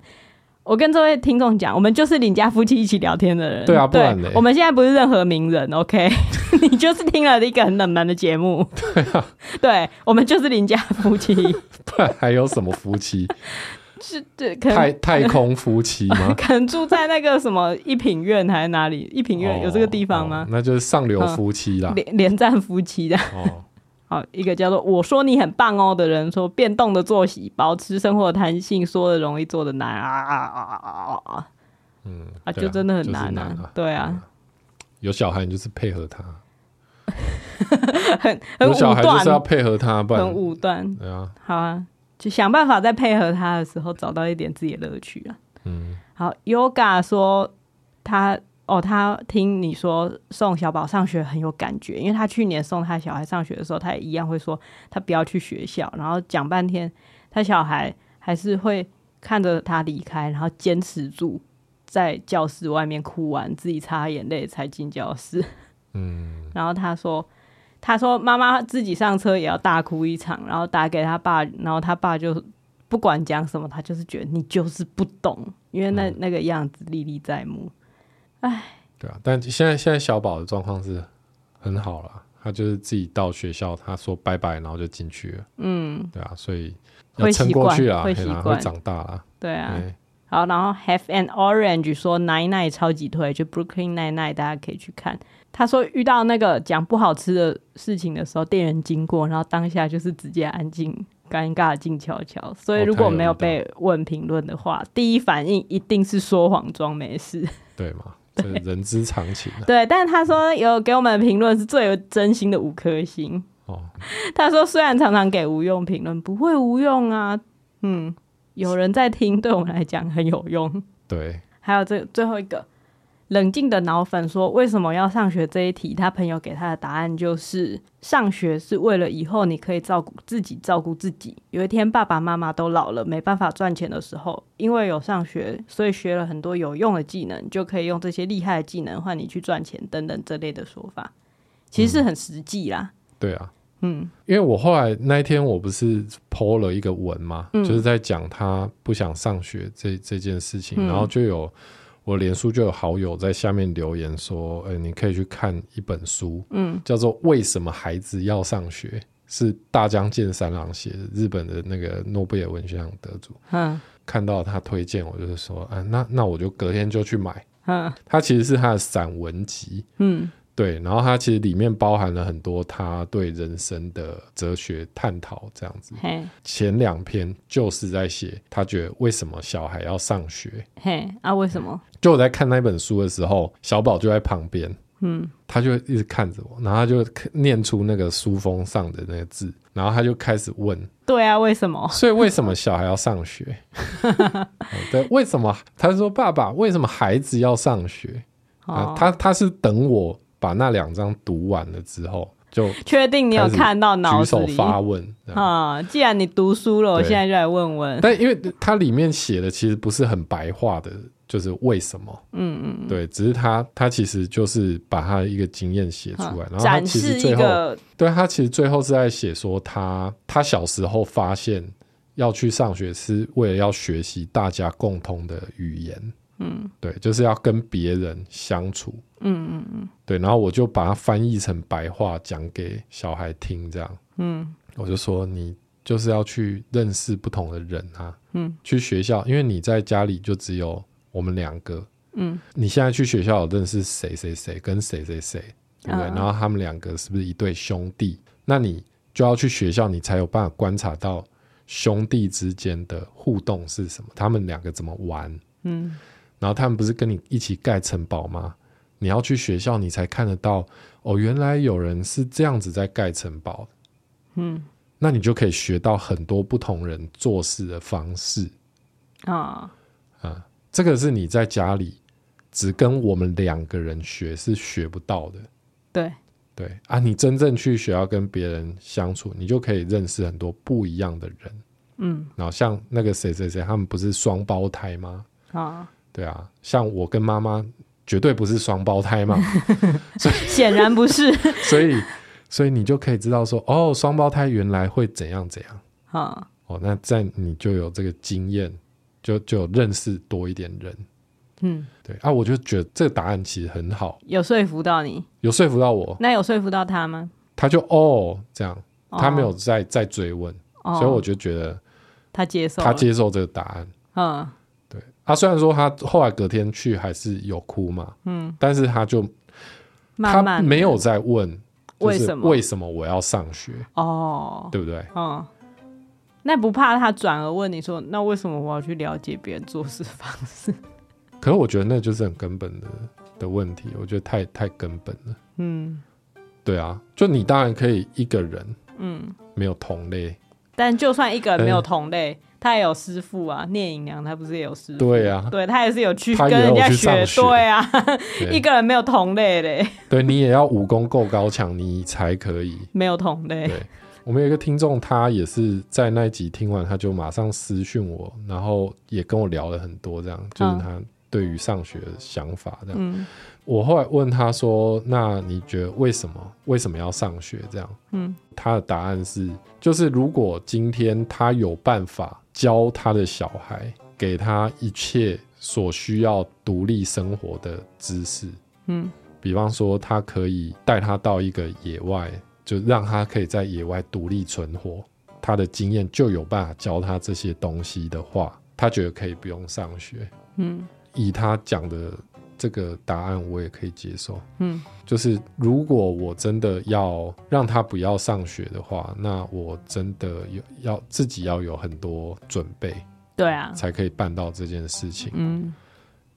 A: 我跟这位听众讲，我们就是邻家夫妻一起聊天的人。
B: 对啊不然嘞
A: 我们现在不是任何名人，OK？你 就是听了一个很冷门的节目。对啊，对我们就是邻家夫妻，
B: 不然还有什么夫妻？
A: 是 对，可能？
B: 太太空夫妻吗
A: 可能住在那个什么一品院还是哪里？一品院
B: 哦
A: 有这个地方
B: 哦
A: 吗？嗯
B: 那就是上流夫妻啦。
A: 连 连战夫妻的，
B: 哦，
A: 好一个叫做“我说你很棒哦”的人说，变动的作息，保持生活的弹性，说的容易，做的难啊啊啊啊啊啊啊！
B: 嗯，
A: 啊，
B: 对
A: 就真的很
B: 就是
A: 难
B: 难
A: 啊
B: 啊，。
A: 对啊，
B: 有小孩你就是配合他，
A: 很很
B: 有
A: 武
B: 小孩就是要
A: 断，啊
B: 配合他，不然
A: 很武断。
B: 对啊，
A: 好啊，就想办法在配合他的时候找到一点自己的乐趣啊。
B: 嗯，
A: 好，Yoga 说他哦，他听你说送小宝上学很有感觉，因为他去年送他小孩上学的时候，他也一样会说他不要去学校，然后讲半天，他小孩还是会看着他离开，然后坚持住在教室外面哭完，自己擦眼泪才进教室。
B: 嗯，
A: 然后他说，他说妈妈自己上车也要大哭一场，然后打给他爸，然后他爸就不管讲什么，他就是觉得你就是不懂，因为那、那个样子历历在目。
B: 对啊。但现在现在小宝的状况是很好了，他就是自己到学校，他说拜拜，然后就进去了。嗯，对啊，所以要
A: 会
B: 撑
A: 习
B: 过
A: 惯
B: 去啊，
A: 会
B: 嘿啦
A: 习
B: 会
A: 惯
B: 长大啦。
A: 对啊，
B: 哎
A: 好，然后 Have an Orange 说奶奶超级推，就 Brooklyn 奶奶，大家可以去看。他说遇到那个讲不好吃的事情的时候，店员经过，然后当下就是直接安静，尴尬静悄悄。所以
B: 哦
A: 如
B: 他
A: 果
B: 有
A: 没有
B: 遇到
A: 被问评论的话，第一反应一定是说谎装没事。
B: 对嘛，这人之常情啊。
A: 对，但他说有给我们的评论是最有真心的五颗星。
B: 哦，
A: 他说虽然常常给无用评论，不会无用啊，嗯，有人在听，对我们来讲很有用。
B: 对，
A: 还有这最后一个，冷静的脑粉说为什么要上学这一题，他朋友给他的答案就是上学是为了以后你可以照顾自己，照顾自己。有一天爸爸妈妈都老了，没办法赚钱的时候，因为有上学，所以学了很多有用的技能，就可以用这些厉害的技能换你去赚钱等等这类的说法，其实是很实际啦。
B: 对啊，
A: 嗯
B: 因为我后来那一天我不是 PO 了一个文嘛，
A: 嗯
B: 就是在讲他不想上学这这件事情，
A: 嗯
B: 然后就有我脸书就有好友在下面留言说，呃、你可以去看一本书，
A: 嗯，
B: 叫做《为什么孩子要上学》，是大江健三郎写的，日本的那个诺贝尔文学奖得主。
A: 哼
B: 看到他推荐，我就是说，啊，那那我就隔天就去买。
A: 哼
B: 它其实是他的散文集，
A: 嗯
B: 对，然后它其实里面包含了很多他对人生的哲学探讨，这样子。
A: 嘿
B: 前两篇就是在写他觉得为什么小孩要上学。
A: 嘿啊，为什么？
B: 就我在看那本书的时候，小宝就在旁边，
A: 嗯
B: 他就一直看着我，然后他就念出那个书封上的那个字，然后他就开始问，
A: 对啊，为什么？
B: 所以为什么小孩要 上学？对，为什么？他说爸爸，为什么孩子要上学？啊
A: 哦，
B: 他他是等我把那两章读完了之后。就
A: 确定你有
B: 开始
A: 看到脑
B: 举
A: 子
B: 手
A: 里
B: 发问。这样
A: 啊、既然你读书了，我
B: 对
A: 现在就来问问。
B: 但因为 它里面写的其实不是很白话的，就是为什么？
A: 嗯嗯，
B: 对，只是他他其实就是把他的一个经验写出
A: 好
B: 来，然后他
A: 展
B: 其
A: 示
B: 实
A: 一
B: 最后，
A: 个
B: 对他其实最后是在写说他他小时候发现要去上学是为了要学习大家共同的语言，嗯，对，就是要跟别人相处，嗯嗯嗯，对，然后我就把它翻译成白话讲给小孩听，这样。
A: 嗯
B: 我就说你就是要去认识不同的人啊，
A: 嗯，
B: 去学校，因为你在家里就只有我们两个，
A: 嗯，
B: 你现在去学校有认识谁谁谁跟谁谁谁，对不对？
A: 嗯
B: 然后他们两个是不是一对兄弟？那你就要去学校，你才有办法观察到兄弟之间的互动是什么，他们两个怎么玩，
A: 嗯
B: 然后他们不是跟你一起盖城堡吗？你要去学校，你才看得到哦，原来有人是这样子在盖城堡的。
A: 嗯
B: 那你就可以学到很多不同人做事的方式。
A: 啊、
B: 这个是你在家里只跟我们两个人学是学不到的。
A: 对，
B: 对啊，你真正去学校跟别人相处，你就可以认识很多不一样的人。
A: 嗯
B: 然后像那个谁谁谁，他们不是双胞胎吗？
A: 啊，
B: 对啊，像我跟妈妈绝对不是双胞胎 嘛，
A: 显然不是
B: 所以所以你就可以知道说，哦，双胞胎原来会怎样怎样。
A: 啊，
B: 哦，那这样你就有这个经验，就就有认识多一点人。
A: 嗯，
B: 对啊，我就觉得这个答案其实很好，
A: 有说服到你，
B: 有说服到我，
A: 那有说服到他吗？
B: 他就哦这样，
A: 哦
B: 他没有再再追问，
A: 哦、
B: 所以我就觉得
A: 他接受了，
B: 他接受这个答案。
A: 嗯
B: 对，啊，虽然说他后来隔天去还是有哭嘛，
A: 嗯，
B: 但是他就
A: 慢
B: 他
A: 慢
B: 没有再问。就是
A: 为什么
B: 为什么我要上学？
A: 哦，
B: 对不对？
A: 嗯。那不怕他转而问你说，那为什么我要去了解别人做事方式？
B: 可是我觉得那就是很根本的的问题，我觉得太太根本了。
A: 嗯
B: 对啊，就你当然可以一个人
A: 嗯，
B: 没有同类，
A: 但就算一个人没有同类，他也有师傅啊，聂隐娘她不是也有师傅？
B: 对啊，
A: 对他也是有去
B: 他
A: 跟
B: 也有
A: 人家
B: 去
A: 学，
B: 上学
A: 对啊， 一
B: 对
A: 个人没有同类嘞，
B: 对你也要武功够高强，你才可以。
A: 没有同类，
B: 对我们有一个听众，他也是在那一集听完，他就马上私讯我，然后也跟我聊了很多，这样就是
A: 嗯
B: 他对于上学的想法这样。
A: 嗯
B: 我后来问他说：“那你觉得为什么为什么要上学？”这样，
A: 嗯
B: 他的答案是，就是如果今天他有办法教他的小孩，给他一切所需要独立生活的知识，
A: 嗯
B: 比方说，他可以带他到一个野外，就让他可以在野外独立存活，他的经验就有办法教他这些东西的话，他觉得可以不用上学。
A: 嗯
B: 以他讲的这个答案，我也可以接受。
A: 嗯
B: 就是如果我真的要让他不要上学的话，那我真的有要自己要有很多准备，
A: 对啊，
B: 才可以办到这件事情。
A: 嗯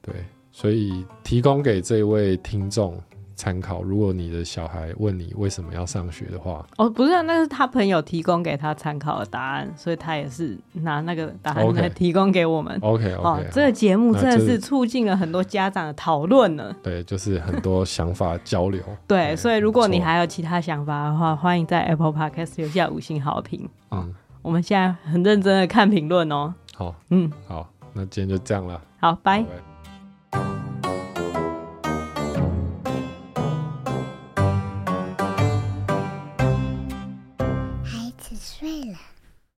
B: 对，所以提供给这位听众参考。如果你的小孩问你为什么要上学的话
A: 哦，不是啊、那是他朋友提供给他参考的答案，所以他也是拿那个答案
B: OK
A: 来提供给我们。
B: ，OK OK，、
A: 哦，这个节目
B: 那
A: 真的
B: 这
A: 是促进了很多家长的讨论呢。
B: 对，就是很多想法交 流。
A: 对，所以如果你
B: 哎没错
A: 还有其他想法的话，欢迎在 Apple Podcast 留下五星好评。
B: 嗯，
A: 我们现在很认真的看评论哦。
B: 好，
A: 嗯，
B: 好，那今天就这样了，
A: 好，拜
B: 拜。拜